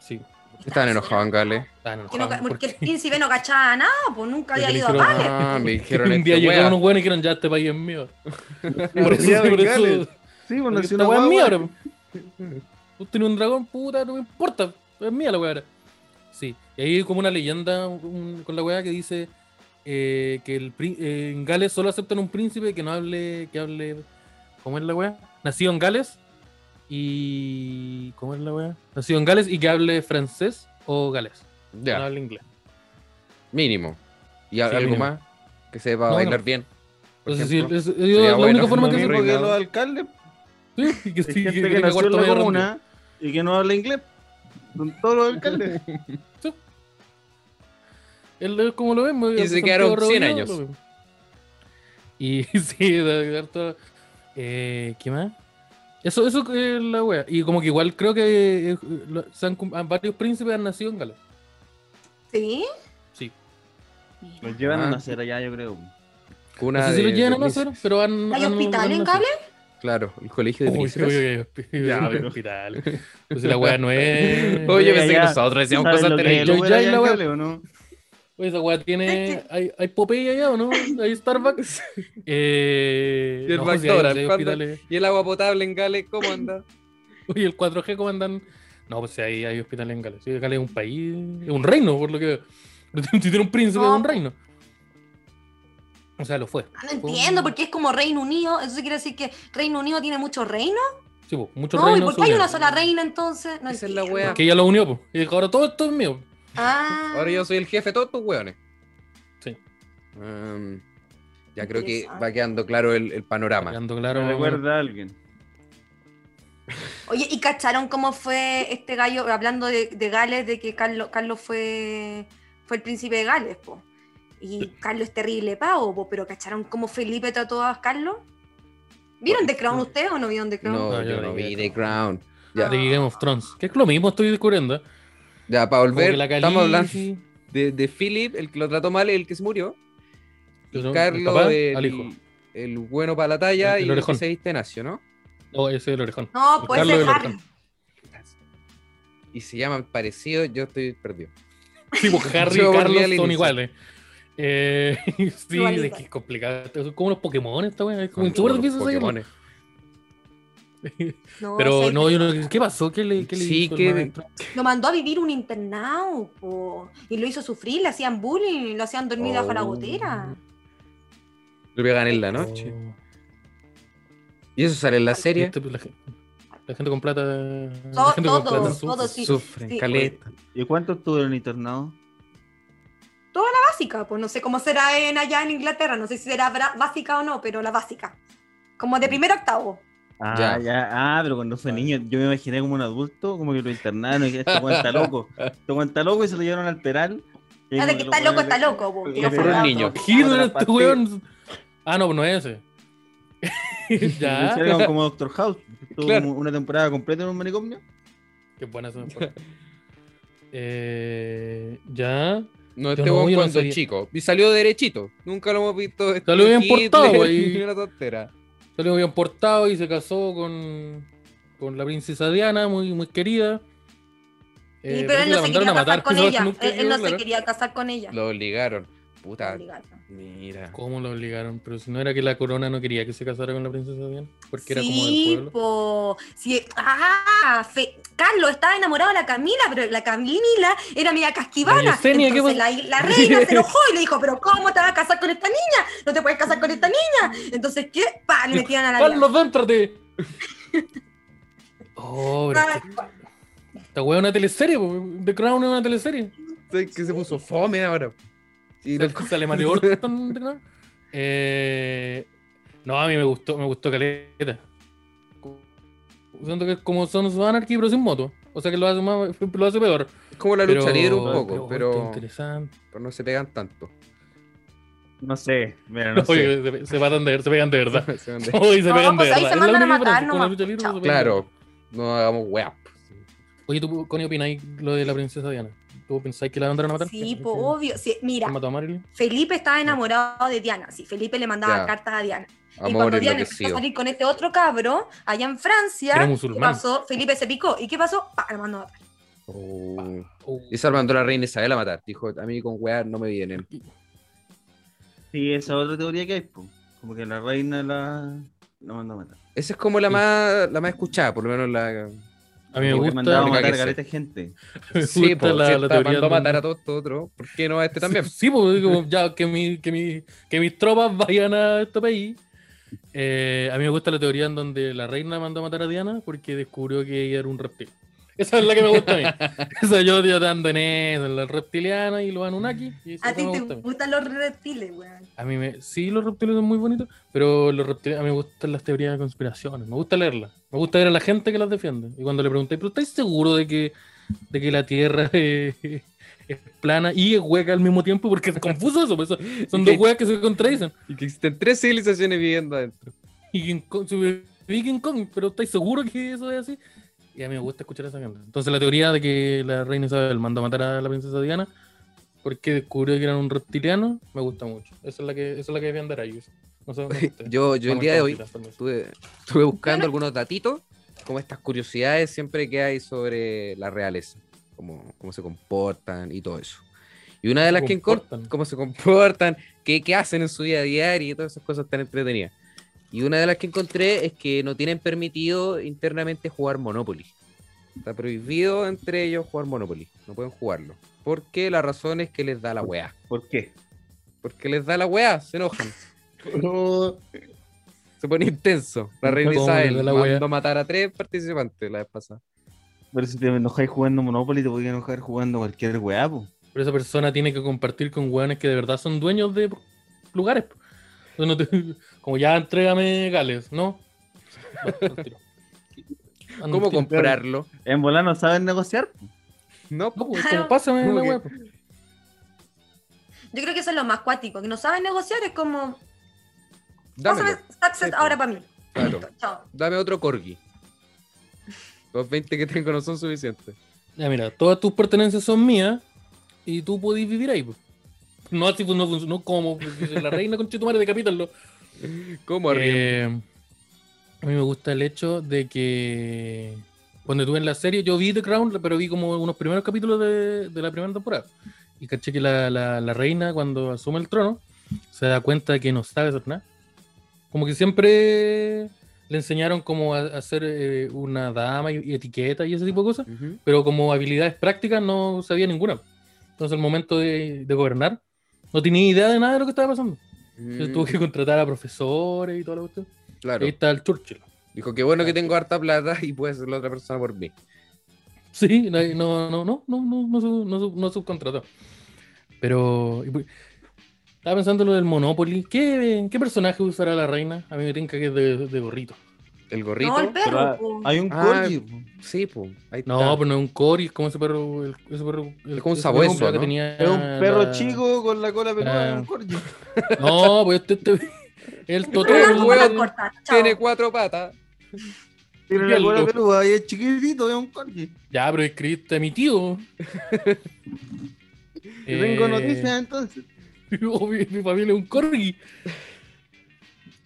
S4: Sí.
S2: Estaban enojados en Gales.
S4: Estaban
S3: Que no ca-
S4: enojados
S3: porque el
S4: porque-
S3: príncipe no cachaba nada, pues nunca
S4: Porque
S3: había
S4: le
S3: ido a
S4: dijeron,
S3: Gales.
S2: Ah, me dijeron
S4: un día
S2: esta
S4: llegaron
S2: wea.
S4: unos buenos y dijeron, ya este país es mío. Por eso,
S1: Ya,
S4: por
S1: Bengales.
S4: eso.
S1: Sí, bueno,
S4: porque
S1: si
S4: esta
S1: una
S4: wea es
S1: guagua-
S4: mía ahora. Tú tienes un dragón, puta, no me importa. Es mía la wea ahora. Sí, y ahí hay como una leyenda un- con la wea que dice eh, que el prín- eh, en Gales solo aceptan un príncipe que no hable, que hable, ¿cómo es la wea? Nacido en Gales y... ¿Cómo es la wea? Nacido en Gales y que hable francés o galés. que No
S2: Ya,
S4: hable inglés.
S2: mínimo. ¿Y a-
S4: Sí,
S2: algo
S4: mínimo.
S2: más? Que sepa
S4: No,
S2: bailar
S4: no.
S2: bien. por
S4: Entonces, sí,
S2: ejemplo.
S4: es- es-
S2: Sería
S4: la
S2: bueno.
S4: única forma
S1: Lo
S4: que se
S1: mismo que
S4: puede...
S1: los alcaldes.
S4: Sí, que
S1: Hay
S4: sí,
S1: gente
S4: que
S1: que
S4: tenga
S1: nació en
S4: cuarto
S1: la
S4: medio rendido.
S1: comuna y que no habla inglés. Son todos los alcaldes.
S4: Él es como lo vemos.
S2: Y
S4: el
S2: se
S4: Santiago
S2: quedaron 100
S4: Rebolledo,
S2: años.
S4: lo mismo. Y sí, de- de harto- eh, ¿Qué más? Eso, eso es la wea. Y como que igual creo que eh, lo- se han cum- ah, varios príncipes han nacido en Gales.
S3: ¿Sí?
S4: Sí.
S1: Los llevan a
S2: Ah.
S1: nacer allá, yo creo.
S2: Cuna
S4: No sé si
S2: de-
S4: los llegan a
S2: de
S4: nacer,
S2: príncipes.
S4: pero han.
S3: ¿Hay
S4: han-
S3: hospital
S4: han
S3: en
S4: nacido.
S3: Gales?
S2: Claro, el colegio de
S4: Uy, uy,
S2: príncipes.
S4: uy, uy,
S1: Ya,
S4: uy,
S1: pero-
S4: hospital. Pues la wea no es.
S2: Oye, yo
S1: Oye,
S2: pensé que
S1: ya.
S2: nosotros decíamos
S1: ¿Sabes
S2: cosas
S1: lo que
S2: terribles.
S1: es el
S4: Yo
S1: Uber
S4: ya
S1: allá
S4: y
S1: en
S4: la wea-
S1: Cale, o no?
S4: Oye, esa weá tiene. ¿Hay, hay Popeye allá o no? ¿Hay Starbucks? Eh,
S2: Y el
S4: no, sí, hay-
S2: McDonald's,
S4: sí hay
S2: ¿cuándo?
S4: hospitales.
S2: ¿Y el agua potable en Gales cómo anda?
S4: Oye, el 4G, ¿cómo andan? No, pues sí, hay, hay hospitales en Gales. Sí, Gales es un país, es un reino, por lo que veo. Pero Si tiene un príncipe,
S3: No,
S4: es un
S3: pues.
S4: reino. O sea, lo fue.
S3: Ah, No entiendo, porque es como Reino Unido. Eso quiere decir que Reino Unido tiene muchos reinos.
S4: Sí, pues, muchos
S3: No, ¿y
S4: reinos.
S3: por
S4: se
S3: qué hay
S4: unieron.
S3: una sola reina entonces? No
S2: Esa es la
S3: entiendo.
S2: wea.
S4: Porque ella lo unió, pues. Y dijo, ahora todo esto es mío.
S3: Ah,
S2: Ahora yo soy el jefe de todos tus hueones.
S4: Sí.
S2: Em, ya creo que
S3: Interesante.
S2: va quedando claro el, el panorama.
S4: Quedando
S1: Me
S4: claro.
S1: recuerda a alguien.
S3: Oye, ¿y cacharon cómo fue este gallo hablando de, de Gales, de que Carlos, Carlos fue, fue el príncipe de Gales, po? Y Carlos es terrible pavo, po, pero ¿cacharon cómo Felipe trató a Carlos? ¿Vieron The Crown ustedes o no vieron The Crown?
S2: No,
S4: No, yo
S2: yo
S4: no
S2: no
S4: vi
S2: vi
S4: eso.
S2: The Crown.
S4: De
S2: Ya,
S4: Game of Thrones. Que es lo mismo, estoy descubriendo. ¿eh?
S2: ya para
S4: Como que
S2: volver,
S4: la
S2: estamos hablando
S4: Khaleesi,
S2: de, de Philip, el que lo trató mal, el que se murió.
S4: que son- el
S2: Carlos,
S4: papá
S2: el,
S4: al hijo.
S2: el bueno para la talla
S4: El- el
S2: y el que
S4: orejón.
S2: se viste nacio, ¿no?
S4: No, ese es el orejón.
S3: No,
S4: El
S3: pues
S4: Carlos
S3: ese
S4: del
S3: es Harry.
S4: orejón.
S2: Y se llaman parecido, yo estoy perdido.
S4: Sí, pues Harry
S2: Yo
S4: y
S2: volví
S4: Carlos
S2: al
S4: son
S2: inicio.
S4: iguales. Eh, sí,
S3: Igualito.
S4: es que es complicado. Son como los Pokémon, esta wea. Es como
S2: Son
S4: súper
S2: como los
S4: difícil seguirlo.
S2: Pokémones.
S3: No,
S4: Pero
S3: ese-
S4: no, yo no, ¿qué pasó? ¿Qué le, qué le
S2: Sí,
S4: hizo el
S2: que-
S4: maestro?
S3: Lo mandó a vivir un internado, po, y lo hizo sufrir, le hacían bullying, lo hacían dormir bajo la
S2: Oh.
S3: gotera.
S2: Lo pegan en la noche.
S4: Oh.
S2: Y eso sale en la serie.
S4: Viste, pues, La, gen- la gente con plata.
S3: Todo-
S4: la gente con
S3: todo,
S4: plata
S3: todo,
S4: sufre.
S3: sí.
S2: Sufren,
S3: sí.
S2: caleta.
S1: ¿Y cuánto estuvieron internados?
S3: Básica, pues no sé cómo será en allá en Inglaterra, no sé si será bra- básica o no, pero la básica. Como de primer a octavo.
S1: Ah,
S2: Ya.
S1: ya. Ah, pero cuando fue niño, yo me imaginé como un adulto, como que lo internaron y dije, este cuenta loco. Este cuenta loco y se lo llevaron al peral. Y
S3: No,
S1: como
S3: Ah, de que
S1: lo
S3: está loco,
S1: ponen-
S3: está loco, po,
S1: lo
S3: que lo
S1: ponen-
S2: fue un
S3: forraron.
S2: niño.
S4: Hitler, este
S1: Otra
S4: weón. Ah, no, no es ese.
S1: Lo
S4: ya.
S1: hicieron como Doctor House. que Estuvo
S2: Claro.
S1: como una temporada completa en un manicomio.
S4: Qué buena esa mejor. Eh, ya.
S2: No,
S4: Yo
S2: este
S4: no,
S2: weón
S4: yo no
S2: cuando
S4: sabía.
S2: chico. Y salió derechito. Nunca lo hemos visto. este
S4: Salió bien
S2: Hitler,
S4: portado, güey.
S2: ni una tontera.
S4: Salió bien portado y se casó con, con la princesa Diana, muy, muy querida.
S3: Y-
S4: Eh,
S3: pero
S4: parece
S3: él
S4: que
S3: no
S4: la
S3: se
S4: mandaron
S3: quería
S4: a matar,
S3: casar con
S4: que eso
S3: ella.
S4: nunca
S3: Él, él no
S4: quedó
S3: se
S4: claro.
S3: quería casar con ella.
S2: Lo obligaron. Puta,
S3: Obligado.
S2: mira.
S4: ¿Cómo lo obligaron? Pero si no era que la corona no quería que se casara con la princesa Diana, porque era como del
S3: Sí, pues,
S4: pueblo.
S3: po. Sí, ah, Fe- Carlos estaba enamorado de la Camila, pero la Camila era media
S4: La
S3: casquivana.
S4: Yesenia, ¿qué
S3: Entonces la, la reina se enojó y le dijo, pero ¿cómo te vas a casar con esta niña? No te puedes casar con esta niña. Entonces, ¿qué? Pa,
S4: pues,
S3: le metían a la
S4: Carlos, déntrate. oh, pero es que
S3: Tal- Ah.
S4: esta weá es una teleserie, po. The Crown es una teleserie.
S2: Sé que se puso fome ahora. Y lo-
S4: Sale- Sale Mateo Orton en The Crown. Eh, no, a mí me gustó, me gustó Caleta. Siento que es como Sons of Anarchy, pero sin moto. O sea que lo hace, más, lo hace peor.
S2: es como la lucha
S4: Pero-
S2: libre un poco,
S4: qué
S2: pero,
S4: interesante.
S2: pero no se pegan tanto.
S1: No sé, mira, no sé.
S4: Oye, se, se matan de- se pegan de verdad.
S2: Se van de-
S4: Hoy se
S3: No,
S4: pegan de
S3: pues ahí
S4: verdad. Es
S3: se
S4: la
S3: mandan a
S4: única
S3: matar
S4: diferencia, con la
S3: nomás,
S4: lucha libre
S3: chao.
S4: se pegan de
S2: Claro, no hagamos weá.
S4: Oye, ¿tú, Connie, opináis lo de la princesa Diana? ¿Tú pensáis que la mandaron a matar?
S3: Sí,
S4: ¿Que-
S3: po,
S4: que-
S3: obvio. Sí,
S4: que
S3: mira,
S4: mató a Marilyn?
S3: Felipe estaba enamorado de Diana. Sí, Felipe le mandaba
S2: Ya.
S3: cartas a Diana. y
S2: Amor
S3: cuando Diana empezó a
S2: enloquecido.
S3: salir con este otro cabro, allá en Francia,
S4: Era
S3: ¿qué
S4: musulmán.
S3: pasó? Felipe se picó. ¿Y qué pasó? Pa, lo mandó a matar.
S2: Oh.
S4: Oh,
S2: Esa mandó la reina Isabel a matar. Dijo, a mí con weá no me vienen.
S1: Sí, esa otra teoría que hay, po. como que la reina la, la mandó a matar.
S2: Esa es como la
S4: Sí.
S2: más, la más escuchada, por lo menos la.
S4: A mí me
S1: Como que
S4: gusta,
S1: mandaba a
S2: Única
S1: matar
S2: que
S1: a caleta de gente.
S4: me
S2: Sí,
S4: gusta
S2: pues,
S4: la,
S2: si
S4: la
S2: esta
S4: teoría.
S2: mandó a
S4: del-
S2: matar a todos estos otros. ¿Por qué no a este también?
S4: Sí, sí, porque como ya que, mi- que, mi- que mis tropas vayan a este país. Eh, a mí me gusta la teoría en donde la reina mandó a matar a Diana porque descubrió que ella era un reptil. Esa es la que me gusta a mí. Esa yo tío, dando en eso, en la reptiliana y los Anunnaki. y esa
S3: A ti
S4: me
S3: te
S4: gusta a mí.
S3: gustan los reptiles, weón.
S4: A mí me, sí, los reptiles son muy bonitos, pero los reptiles, a mí me gustan las teorías de conspiraciones, me gusta leerlas, me gusta ver a la gente que las defiende. Y cuando le pregunté, ¿pero estáis seguro de que, de que la Tierra eh, es, plana y es hueca al mismo tiempo? Porque es confuso eso, pues, son- son
S2: ¿Y
S4: dos
S2: qué?
S4: huecas que se contradicen.
S2: Y que existen tres civilizaciones viviendo adentro.
S4: Y King Kong- se ve King Kong, pero ¿estáis seguro que eso es así? Y a mí me gusta escuchar a esa gente. Entonces la teoría de que la reina Isabel mandó a matar a la princesa Diana porque descubrió que eran un reptiliano, me gusta mucho. Esa es la que, esa es la que debían dar a ellos. No sé, no sé ustedes.
S2: Yo, yo el
S4: Vamos,
S2: día de hoy
S4: estamos tirando, estamos.
S2: estuve, estuve buscando algunos datitos, como estas curiosidades siempre que hay sobre la realeza, cómo, cómo se comportan y todo eso. Y una de las que encontré
S4: Comportan.
S2: cómo se comportan, qué, qué hacen en su vida diaria y todas esas cosas tan entretenidas. Y una de las que encontré es que no tienen permitido internamente jugar Monopoly. Está prohibido entre ellos jugar Monopoly. No pueden jugarlo. Porque la razón es que les da la weá.
S1: ¿Por qué?
S2: Porque les da la weá, se enojan. Se pone intenso. La reina
S4: ¿Cómo les da
S2: Isabel
S4: la weá?
S2: mandó a matar a tres participantes la vez pasada.
S1: Pero si te enojáis jugando Monopoly, te podías enojar jugando cualquier weá, po.
S4: Pero esa persona tiene que compartir con hueones que de verdad son dueños de lugares. po. Entonces no te- Como ya entrégame Gales, ¿no? Va, al tiro. Ando
S2: ¿Cómo
S4: al tiro.
S2: comprarlo?
S1: En volar no saben negociar. po.
S2: No,
S4: No,
S2: po.
S4: pues,
S3: Claro.
S4: como pásame
S2: ¿Cómo
S4: la
S2: que?
S4: hueá, po.
S3: Yo creo que eso es lo más cuático, que no saben negociar, es como.
S2: dámelo.
S3: Pásame Subset
S2: Sí, pues. po.
S3: ahora para mí.
S2: Claro.
S3: Listo, chao.
S2: Dame otro corgi. Los 20 que tengo no son suficientes.
S4: Ya mira, todas tus pertenencias son mías y tú podés vivir ahí. po. No así pues, no funciona, no como pues, dice la reina con Chetumare de Capítulo.
S2: ¿Cómo arriba?
S4: Eh, a mí me gusta el hecho de que cuando estuve en la serie, yo vi The Crown, pero vi como unos primeros capítulos de, de la primera temporada. Y caché que la, la- la reina, cuando asume el trono, se da cuenta de que no sabe hacer nada. Como que siempre le enseñaron cómo a- hacer eh, una dama y, y etiqueta y ese tipo de cosas,
S2: Ujú.
S4: pero como habilidades prácticas no sabía ninguna. Entonces, al momento de, de gobernar, no tenía idea de nada de lo que estaba pasando. Yo
S2: Mm,
S4: tuve que contratar a profesores y toda la cuestión.
S2: Claro.
S4: Ahí está el Churchill.
S2: Dijo que bueno que tengo harta plata y puede hacerlo otra persona por mí.
S4: Sí, no, hay- no, no, no, no, no, no, sub- no, sub- no subcontrató. Pero y pu- estaba pensando lo del Monopoly. ¿Qué, qué personaje usará la reina? A mí me tinca que es de, de gorrito.
S2: El gorrito.
S3: No, el
S1: Pero
S3: perro.
S1: ha-
S3: po.
S1: hay un
S2: Ah,
S1: corgi. po.
S2: Sí, pues. Ahí
S4: No,
S2: está.
S4: pero no es un Cory, es como ese perro. El, ese perro el-
S2: Es como un
S4: ese
S2: sabueso,
S4: perro que
S2: ¿no?
S4: tenía
S1: Es un perro
S4: la-
S1: chico con la cola peluda,
S4: la-
S1: un corgi.
S4: No, pues este. este- el Totoro.
S3: Una
S2: el
S4: el-
S3: cola
S2: hueón
S3: corta, chao.
S2: Tiene cuatro patas.
S1: Tiene la
S4: Diablo.
S1: cola peluda y es chiquitito, es un corgi.
S4: Ya, pero escribiste a mi tío.
S1: Yo Tengo
S4: Eh,
S1: noticias entonces.
S4: Oh, mi, mi familia es un corgi.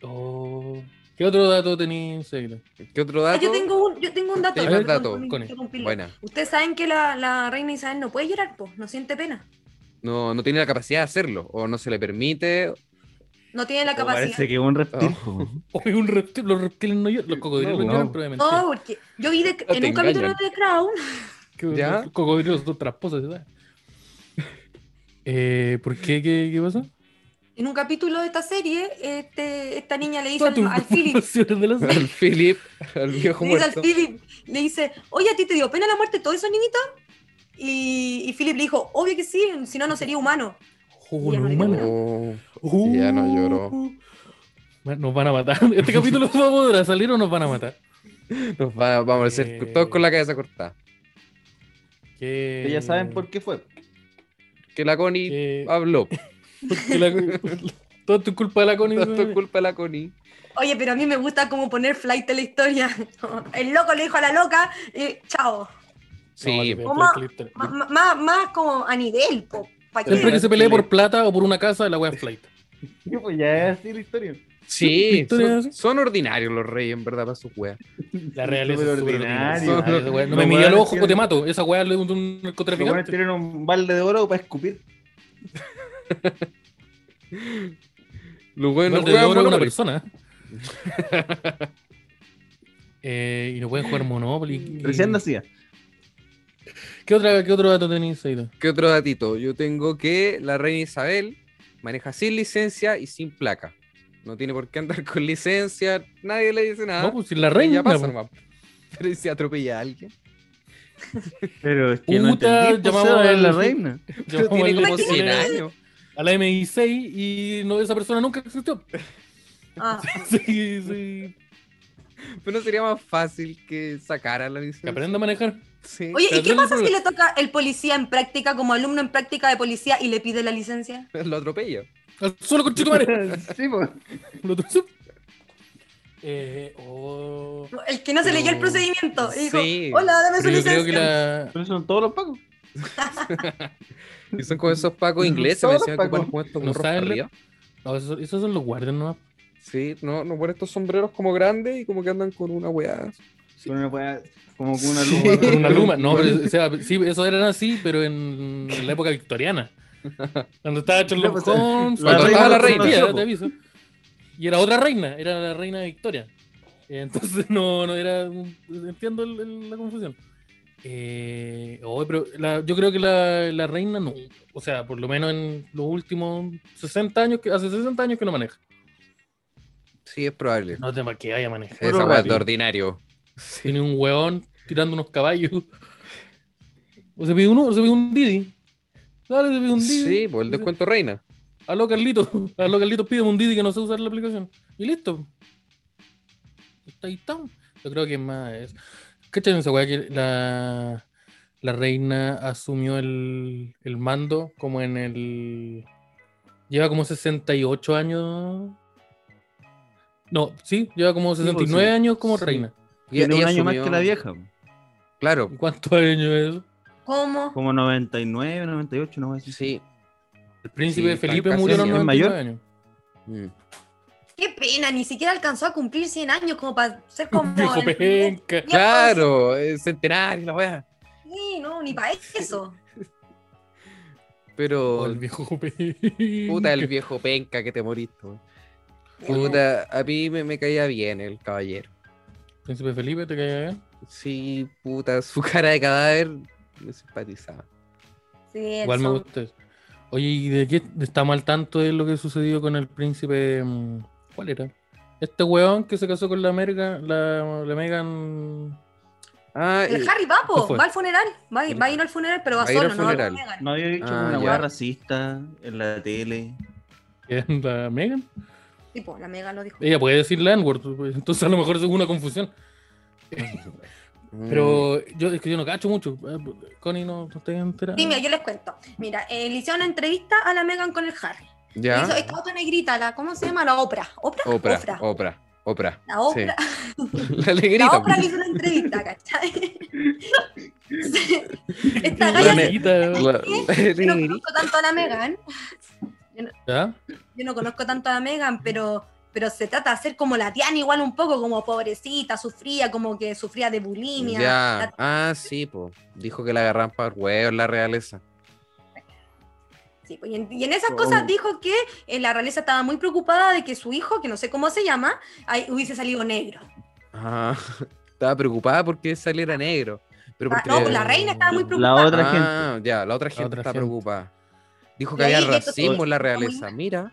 S4: Oh, ¿Qué otro dato tenéis, Seila?
S2: ¿Qué otro
S3: Ah,
S2: dato?
S3: yo tengo un, yo tengo un dato.
S2: Tengo
S3: perdón,
S2: un dato,
S3: por
S4: Connie.
S3: interrumpirlo.
S2: Buena.
S3: Ustedes saben que la, la reina Isabel no puede llorar, pues, no siente pena.
S2: No, no tiene la capacidad de hacerlo. O no se le permite.
S3: No tiene la
S1: Oh,
S3: capacidad.
S1: Parece que es un reptil. po.
S4: Oh, es un reptil, los reptiles no lloran, los cocodrilos
S1: No, no.
S4: lloran, pero de mentira.
S3: No, porque yo vi de-
S2: No
S3: en
S2: te
S3: un capítulo
S2: engañan.
S3: de Crown,
S4: Que
S2: ¿Ya?
S4: Los cocodrilos son trasposas, ¿sabes? Eh, ¿Por qué? ¿Qué, qué pasa?
S3: en un capítulo de esta serie, este, esta niña le dice
S4: Todas
S3: al,
S4: tus
S3: al Philip,
S4: comparaciones de la serie.
S2: Al Philip, al viejo
S3: le dice al
S2: muerto.
S3: Philip, le dice, oye, ¿a ti te dio pena la muerte de todos esos niñitos? Y, y Philip le dijo, obvio que sí, si no, no sería humano.
S4: Oh,
S3: Ya
S4: no,
S3: no
S4: humana.
S2: Oh,
S4: Oh.
S2: Ya no lloró.
S4: Man, Nos van a matar. Este capítulo va a salir o nos van a matar.
S2: nos va- vamos a ser
S4: Eh.
S2: todos con la cabeza cortada.
S4: Que...
S1: Que ya saben por qué fue.
S2: Que la Connie
S4: que-
S2: habló.
S4: porque la- Todo tu culpa de la Connie.
S2: Esto es culpa de la Connie.
S3: Oye, pero a mí me gusta como poner flight en la historia. El loco le dijo a la loca, eh, chao.
S2: Sí,
S4: No,
S3: Mamá.
S4: te pegaste el
S3: M- m- Más, más como a nivel, po. ¿pa'
S4: Siempre
S3: qué?
S4: que se pelee por plata o por una casa, la wea en flight.
S1: Sí, pues ya es así la historia.
S2: Sí,
S4: Victoria,
S2: son,
S4: sí.
S2: son ordinarios los reyes, en verdad, para sus weas.
S4: La realeza
S1: Súper
S4: es súper
S1: ordinario.
S4: ordinaria, Ah, esa weá. No
S1: Los
S4: me mira los
S1: weones
S4: ojos o te
S1: tienen-
S4: mato. Esa weá es de un- de un
S1: Los weones
S4: narcotraficante.
S1: tienen un balde de oro para escupir.
S2: Los weones no
S4: Igual de
S2: juegan
S4: oro es una
S2: Monopoly.
S4: persona. Eh, y no pueden jugar Monopoly.
S1: Recién nacida.
S4: ¿Qué, otra, ¿Qué otro dato tenéis, Aida?
S2: ¿Qué otro datito? Yo tengo que la reina Isabel maneja sin licencia y sin placa. No tiene por qué andar con licencia, nadie le dice nada.
S4: No, pues si la
S2: Ella
S4: reina.
S2: Ah, pasa
S4: pues.
S2: nomás. Pero ¿y si atropella a alguien.
S1: Pero es que no
S4: Puta,
S1: entendí, pues,
S4: llamamos
S1: Seba, es la
S4: al-
S1: reina.
S2: Pero
S4: Llamamos
S2: tiene
S4: al-
S2: como 100 años.
S4: A la MI6 y no, esa persona nunca existió.
S3: Ah,
S4: Sí, sí.
S2: Pero no sería más fácil que sacara la
S4: Que
S2: licencia.
S4: aprenda a manejar.
S2: Sí.
S3: Oye,
S4: Pero
S3: ¿y qué
S4: no es
S3: pasa
S4: un
S3: si le toca el policía en práctica, como alumno en práctica de policía, y le pide la licencia?
S2: Lo atropella.
S4: Al Solo con Chico Mare.
S1: Sí, pues.
S4: Lo tuzo. Eh, oh.
S3: El que no se leyó el
S4: Oh,
S3: procedimiento. Y dijo,
S2: sí.
S3: hola, dame su
S4: Pero yo
S3: licencia.
S4: creo que la.
S1: Pero son todos los pacos.
S2: Y son como esos pacos
S1: Son
S2: ingleses,
S1: todos
S2: me decían que
S1: pacos.
S2: ocupan como estos
S4: No
S2: gorros
S4: saben-
S2: arriba.
S4: no, esos, esos son los guardias nomás.
S2: Sí, no, no ponen estos sombreros como grandes y como que andan con una weá.
S1: Con una weá- como con una
S4: Sí,
S1: luma.
S4: con una luma. No, pero, o sea, sí, eso eran así, pero en la época victoriana. Cuando estaba
S1: No,
S4: Sherlock
S1: pues,
S4: Holmes,
S1: la
S4: cuando
S2: reina
S4: estaba la
S2: de
S4: reina,
S2: Victoria,
S4: te aviso. Y era otra reina, era la reina de Victoria. Eh, Entonces, no, no era. un- Entiendo el- el- la confusión. Eh, oh, pero la- yo creo que la, la reina no. O sea, por lo menos en los últimos 60 años, que, hace 60 años que no maneja.
S2: Sí, es probable.
S4: No tema que vaya a manejar.
S2: Esa weá es
S1: probable.
S2: de ordinario.
S4: Tiene un hueón tirando unos caballos. O se pide uno, o se pide un Didi. Dale, se pide un Didi.
S2: Sí, por el descuento reina.
S4: Aló Carlito, aló Carlito, pide un Didi que no sé usar la aplicación. Y listo. Está ahí está. Yo creo que es más es. ¿Cachan esa weá que la, la reina asumió el, el mando como en el. Lleva como 68 años. No, sí, lleva como
S1: pues,
S4: 69
S1: sí.
S4: años como
S1: Sí.
S4: reina.
S2: Y-
S1: Tiene
S2: y
S1: un año más
S2: asumió-
S1: que la vieja. po.
S2: Claro,
S4: ¿Y cuántos años es eso?
S3: ¿Cómo?
S1: Como 99, 98, no voy a decir.
S2: sí.
S4: El príncipe
S2: Sí, está
S4: Felipe
S2: casi
S4: murió a los
S1: así. ¿Es mayor?
S4: 99 años.
S1: pues.
S2: Mm.
S3: Qué pena, ni siquiera alcanzó a cumplir 100 años como para ser como...
S4: Viejo
S3: el-
S4: penca.
S3: Ni
S2: Claro, es centenario, la weá.
S3: Sí, no, ni para eso.
S4: Oh,
S2: Pero,
S4: el viejo penca.
S2: puta, el viejo penca que te moriste. weón. Puta, a mí me, me caía bien el caballero.
S4: Príncipe Felipe, ¿te caía bien?
S2: Sí, puta, su cara de cadáver me simpatizaba.
S3: Sí,
S4: Igual me
S3: son-
S4: gusta eso. Oye, ¿y de qué estamos al tanto de lo que sucedió con el príncipe? mm, ¿Cuál era? Este weón que se casó con la merga, la, la Megan.
S2: Ah, y-
S3: El Harry va, po,
S4: ¿Qué fue?
S3: va al funeral, va, va a ir al funeral, pero va,
S2: Va a ir
S3: solo,
S2: al
S3: no va con
S2: funeral.
S3: Megan.
S1: No había dicho
S2: Ah,
S1: una
S2: ya.
S1: weá racista en la tele.
S4: ¿La Megan?
S3: Sí, po, la Megan lo dijo.
S2: Eh,
S4: Ella puede decir Landward, entonces a lo mejor eso es una confusión.
S2: mm,
S4: Pero yo es que yo no cacho mucho. Ah, Connie no, no te enteras.
S3: Sí, mira, yo les cuento. Mira, eh, le hicieron una entrevista a la Megan con el Harry. Y hizo
S2: ¿Ya?
S3: esta otra negrita, la, ¿cómo se llama? La Oprah. ¿Oprah?
S2: Oprah, Oprah, Oprah.
S3: La Oprah,
S2: La pues. alegrita.
S3: la Oprah le hizo una entrevista, ¿cachai? Sí. esta
S4: La
S3: galla
S4: negrita,
S2: La-
S3: yo no conozco tanto a la Megan,
S4: ¿ya?
S3: yo no conozco tanto a la Megan, pero, pero se trata de hacer como la Diana igual un poco, como pobrecita, sufría, como que sufría de bulimia.
S2: Ya.
S3: La-
S2: Ah, sí, po. Dijo que la agarran para huevos la realeza.
S3: sí, pues, y, en, y en esas
S1: Oh.
S3: cosas dijo que eh, la realeza estaba muy preocupada de que su hijo, que no sé cómo se llama, ay, hubiese salido negro.
S2: Ah, estaba preocupada porque saliera negro. Pero
S3: Ah,
S2: porque
S3: no, pues la reina estaba muy
S4: La
S3: preocupada.
S1: otra-
S2: ah, ya, la otra gente
S4: otra
S2: está
S4: gente.
S2: preocupada. Dijo que
S3: Y ahí
S2: había
S3: ya todo-
S2: racismo en la realeza. Mira.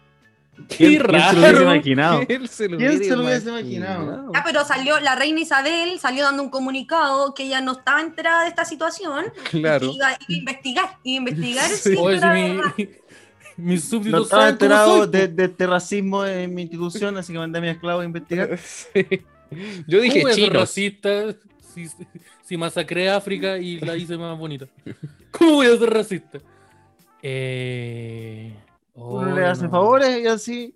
S4: ¡Qué
S1: se lo hubiese
S4: raro!
S1: imaginado?
S2: ¿Quién se lo
S1: ¿Quién
S2: hubiera
S1: se lo hubiese imaginado?
S3: Ya, pero salió la reina Isabel, salió dando un comunicado que ella no estaba enterada de esta situación y
S2: Claro.
S3: que iba, iba a investigar, iba a investigar
S2: Sí.
S3: si
S4: Oye,
S3: era
S4: si
S3: verdad.
S4: mi, mis súbditos
S1: No estaba
S4: saben cómo soy,
S1: enterado
S4: po.
S1: de, de este racismo en mi institución, así que mandé a mi esclavo a investigar.
S2: Sí. Yo dije
S4: ¿Cómo voy a ser
S2: chinos.
S4: racista si, si masacré a África y la hice más bonita? ¿Cómo voy a ser racista? Eh...
S1: Uno
S4: oh,
S1: le hace
S4: no.
S1: favores y así.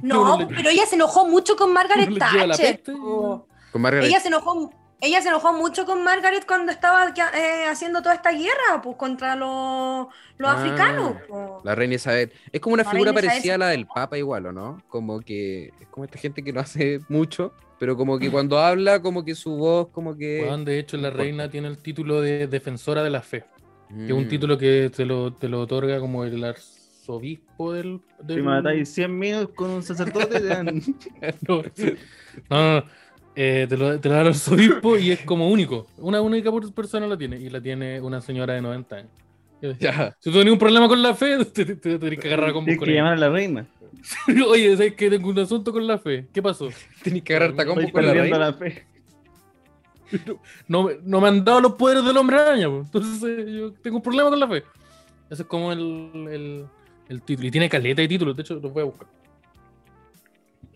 S3: No,
S4: Uno le-
S3: pero ella se enojó mucho con Margaret
S4: Uno le lleva la
S3: Thatcher. Oh.
S4: peste.
S3: po.
S2: Con Margaret.
S3: Ella se enojó Ella se enojó mucho con Margaret cuando estaba que- eh, haciendo toda esta guerra pues, contra los, los
S2: Ah,
S3: africanos. po.
S2: La reina Isabel. Es como una
S3: La
S2: figura
S3: reina Isabel
S2: parecida a
S3: se-
S2: la del Papa igual, ¿o no? Como que es como esta gente que no hace mucho, pero como que cuando habla, como que su voz, como que...
S4: Weón, de hecho, la
S2: importa.
S4: reina tiene el título de defensora de la fe, que es un
S2: Mm.
S4: título que te lo, te lo otorga como el arzobispo del. del-
S1: Si matáis 100 minutos con un sacerdote, te dan-
S4: No, no, no. Eh, te, lo, te lo da el arzobispo y es como único. Una única por- persona la tiene y la tiene una señora de 90 años.
S2: Ya.
S4: Si tú tenés un problema con la fe, te, te, te tenés que agarrar con,
S1: tienes
S4: con
S1: que
S4: ella.
S1: llamar a la reina.
S4: Oye, ¿sabes que tengo un asunto con la fe? ¿Qué pasó?
S2: Tenés que agarrar tacón
S1: Estoy
S2: con la
S1: perdiendo
S2: reina.
S1: la fe.
S4: No, me- no me han dado los poderes del hombre araña, po. entonces eh, yo tengo un problema con la fe. Eso es como el, el, el título. Y tiene caleta de títulos, de hecho los voy a buscar.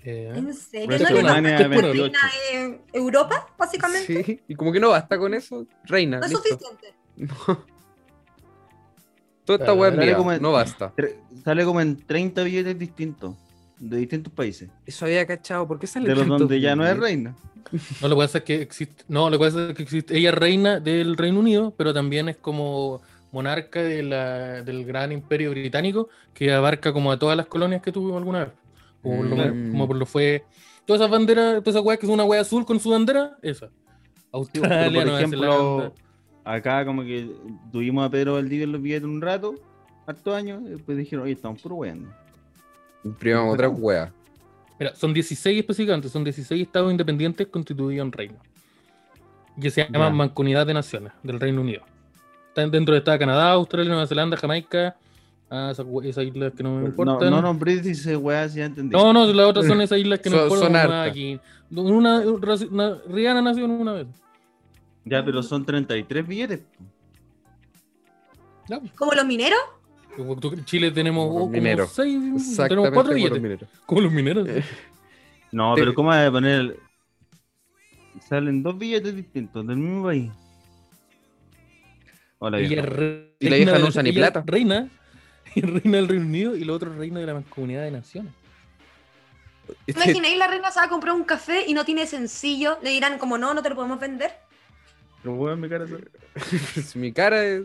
S4: Eh,
S3: ¿En serio? ¿No
S4: Esto
S3: le
S4: es una-
S3: basta
S1: WrestleMania
S4: esto es puro-
S1: 28.
S3: eh, Europa, básicamente?
S2: Sí, y como que no basta con eso, reina.
S3: No es
S2: listo.
S3: suficiente.
S2: Toda esta weá es
S1: Dale
S2: mía,
S1: como-
S2: no basta.
S1: Tre- Sale como en 30 billetes distintos, de distintos países,
S2: Eso había cachado, ¿por qué sale
S1: de los
S2: tanto
S1: donde ya no es
S2: billete?
S1: reina.
S4: no, lo que pasa es que existe. No, lo que pasa es que existe. Ella es reina del Reino Unido, pero también es como monarca de la- del gran imperio británico que abarca como a todas las colonias que tuvo alguna vez. Como, por lo,
S2: Mm.
S4: como por lo fue. Todas esas banderas, todas esas weas que es una wea azul con su bandera, esa.
S1: Sí, pero,
S4: Australia,
S1: por
S4: Nueva Zelanda.
S1: ejemplo, acá como que tuvimos a Pedro Valdivia en los billetes un rato, harto años, y después dijeron, oye, estamos puro weando.
S2: Imprimamos otra weá.
S4: Mira, son 16 específicamente, son 16 estados independientes constituidos en reino. Que se llama
S1: Ya.
S4: Mancomunidad de Naciones del Reino Unido. Están dentro de está Canadá, Australia, Nueva Zelanda, Jamaica, ah, esas, we- esas islas que no me
S1: No,
S4: importan.
S1: no nombré si se weá, si ya entendí.
S4: No, no, las otras son esas islas que no
S2: Son-
S4: importan.
S2: son
S4: nomás
S2: hartas.
S4: aquí. Una, una- Rihanna nació en una vez.
S1: Ya, pero son 33 billetes.
S4: Ya,
S3: ¿Como los mineros?
S4: pues, tú- Chile tenemos
S2: Como
S4: oh,
S2: los
S4: como
S2: mineros.
S4: seis, tenemos
S2: Exactamente.
S4: cuatro
S2: como los
S4: billetes.
S2: mineros.
S4: Como los mineros.
S2: Eh.
S1: No,
S2: Te-
S1: pero ¿cómo vas a poner? el- Salen dos billetes distintos del mismo país. Hola,
S4: Ella
S1: viejo.
S4: es re-
S2: Y la vieja
S4: reina
S2: no
S4: de-
S2: usa ni
S4: ella es
S2: plata.
S4: Reina, reina del Reino Unido y la otra reina de la Mancomunidad de Naciones.
S2: Este-
S3: Imagináis la reina se va a comprar un café y no tiene sencillo. Le dirán como no, no te lo podemos vender.
S1: Pero, weón, mi cara se-
S2: Pues, mi cara es-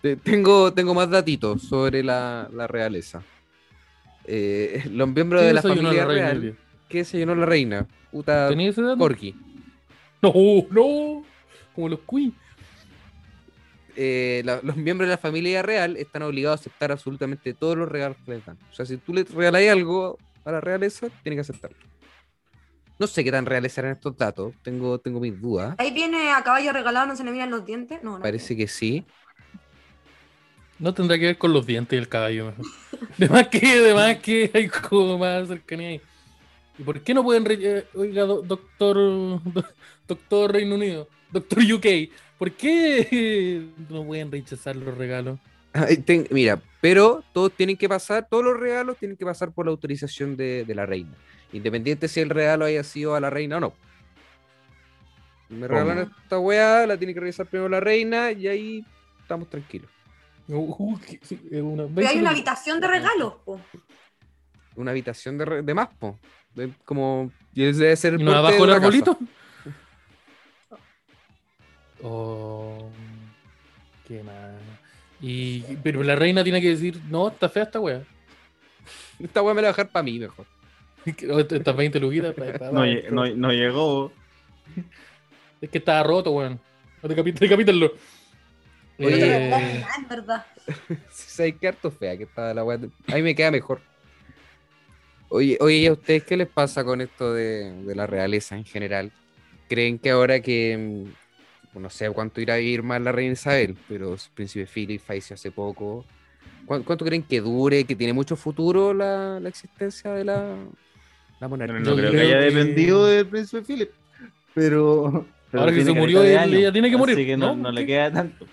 S2: Te- Tengo, tengo más datitos sobre la, la realeza. Eh, los miembros
S4: ¿Qué
S2: de la
S4: desayunó
S2: familia
S4: reina
S2: real. Ah,
S4: hoy día?
S2: ¿Qué desayunó la reina? Puta
S4: ¿Tenía ese dato?
S2: Corky.
S4: No, no. Como los cuy.
S2: Eh, la- los miembros de la familia real están obligados a aceptar absolutamente todos los regalos que les dan. O sea, si tú le regalas algo a la realeza, tienen que aceptarlo. No sé qué tan reales serán estos datos. Tengo, tengo mis dudas.
S3: Ahí viene a caballo regalado, no se le miran los dientes. No, no.
S2: Parece que sí.
S4: No tendrá que ver con los dientes y el caballo. mejor. De más que, de más que hay como más cercanía ahí. ¿Y por qué no pueden, re- eh, oiga, do- doctor, do- doctor Reino Unido, doctor UK, por qué no pueden rechazar los regalos?
S2: Ay, ten- mira, pero todos tienen que pasar, todos los regalos tienen que pasar por la autorización de, de la reina. Independiente si el regalo haya sido a la reina o no. Me regalaron esta weá, la tiene que revisar primero la reina y ahí estamos tranquilos.
S4: Uh, uh, que- sí, es una-
S3: Pero hay una habitación de regalos. po.
S2: Una habitación de, re- de más, po. De- como. y ese debe ser.
S4: ¿Y no
S2: porte de
S4: abajo el
S2: una casa.
S4: arbolito? Oh, qué mal. Y, pero la reina tiene que decir, no, está fea esta wea.
S2: Esta weá me la voy a dejar para mí mejor.
S4: O est- "Oh, Estas 20 luquitas. pa- pa-
S1: No,
S4: pa-
S1: lle- no- no llegó.
S4: Es que estaba roto, weón. No te capi- Decapítenlo.
S3: No te
S4: Eh,
S3: lo puedo mirar, en verdad.
S2: Se hay que harto fea que está la weá. Ahí me queda mejor. Oye, oye, ¿y a ustedes qué les pasa con esto de, de la realeza en general? ¿Creen que ahora que mm, no sé cuánto irá a vivir más la reina Isabel, pero el príncipe Philip falleció hace poco? ¿Cuán- ¿Cuánto creen que dure, que tiene mucho futuro la, la existencia de la, la
S1: Bueno,
S2: monarquía?
S1: no
S4: Yo
S1: creo,
S4: creo
S1: que haya
S4: que-
S1: dependido del príncipe Philip. Pero. pero
S4: Ahora que
S1: tiene
S4: se murió,
S1: caleta de
S4: él-
S1: años,
S4: ella tiene que morir,
S1: Así que no,
S4: ¿no?
S1: no le
S4: ¿Qué?
S1: queda tanto.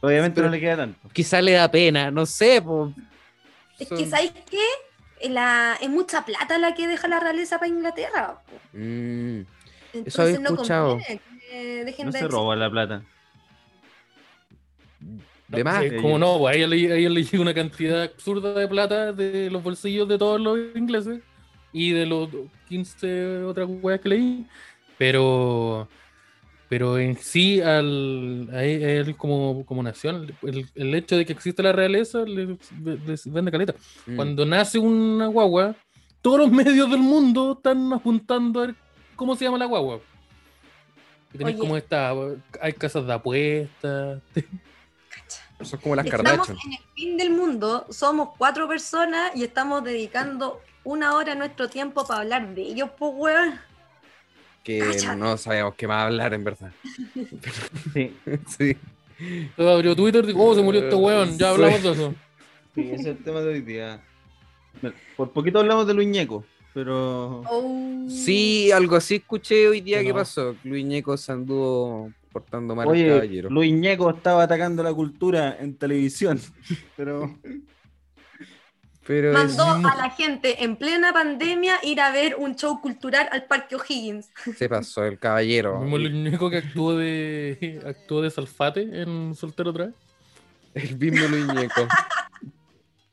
S1: Obviamente
S2: Pero-
S1: no le queda tanto.
S2: Quizá le da pena, no sé. po.
S3: Es
S2: Son-
S3: que, ¿sabéis qué? Es la- es mucha plata la que deja la realeza para Inglaterra. po.
S2: Mm. Eso había
S3: Entonces no
S2: escuchado.
S3: conviene que dejen
S1: No
S3: de
S1: se roba la plata.
S2: De más.
S4: sí, como no, pues, a ella le- a ella le llega una cantidad absurda de plata de los bolsillos de todos los ingleses y de los 15 otras weas que leí. Pero, pero en sí, al, a él, a él como, como nación, el, el hecho de que exista la realeza le- les vende caleta.
S2: Mm.
S4: Cuando nace una guagua, todos los medios del mundo están apuntando a ver cómo se llama la guagua. Y tenés
S3: Oye.
S4: como esta, hay casas de apuestas.
S2: Son como las
S3: Estamos
S2: Kardashian.
S3: en el fin del mundo, somos cuatro personas y estamos dedicando una hora a nuestro tiempo para hablar de ellos, pues, weón.
S2: Que
S3: Cállate.
S2: no sabemos qué más hablar, en verdad.
S1: Sí,
S2: Sí.
S4: Yo abrió Twitter y dijo, oh, se murió este weón, ya hablamos de eso.
S1: sí, ese es el tema de hoy día. Mira, Por poquito hablamos de Luis Ñeco, pero.
S3: Oh.
S2: Sí, algo así escuché hoy día
S4: Que
S2: que
S4: no.
S2: pasó. Luis Ñeco se anduvo portando mal al
S1: Oye,
S2: caballero.
S1: Luis Ñeco estaba atacando la cultura en televisión, pero.
S2: Pero
S3: Mandó a la gente en plena pandemia ir a ver un show cultural al Parque O'Higgins.
S2: se pasó el caballero.
S4: El mismo único que actuó de, actuó de Salfate en Soltero otra vez.
S2: El mismo Luis Ñeco.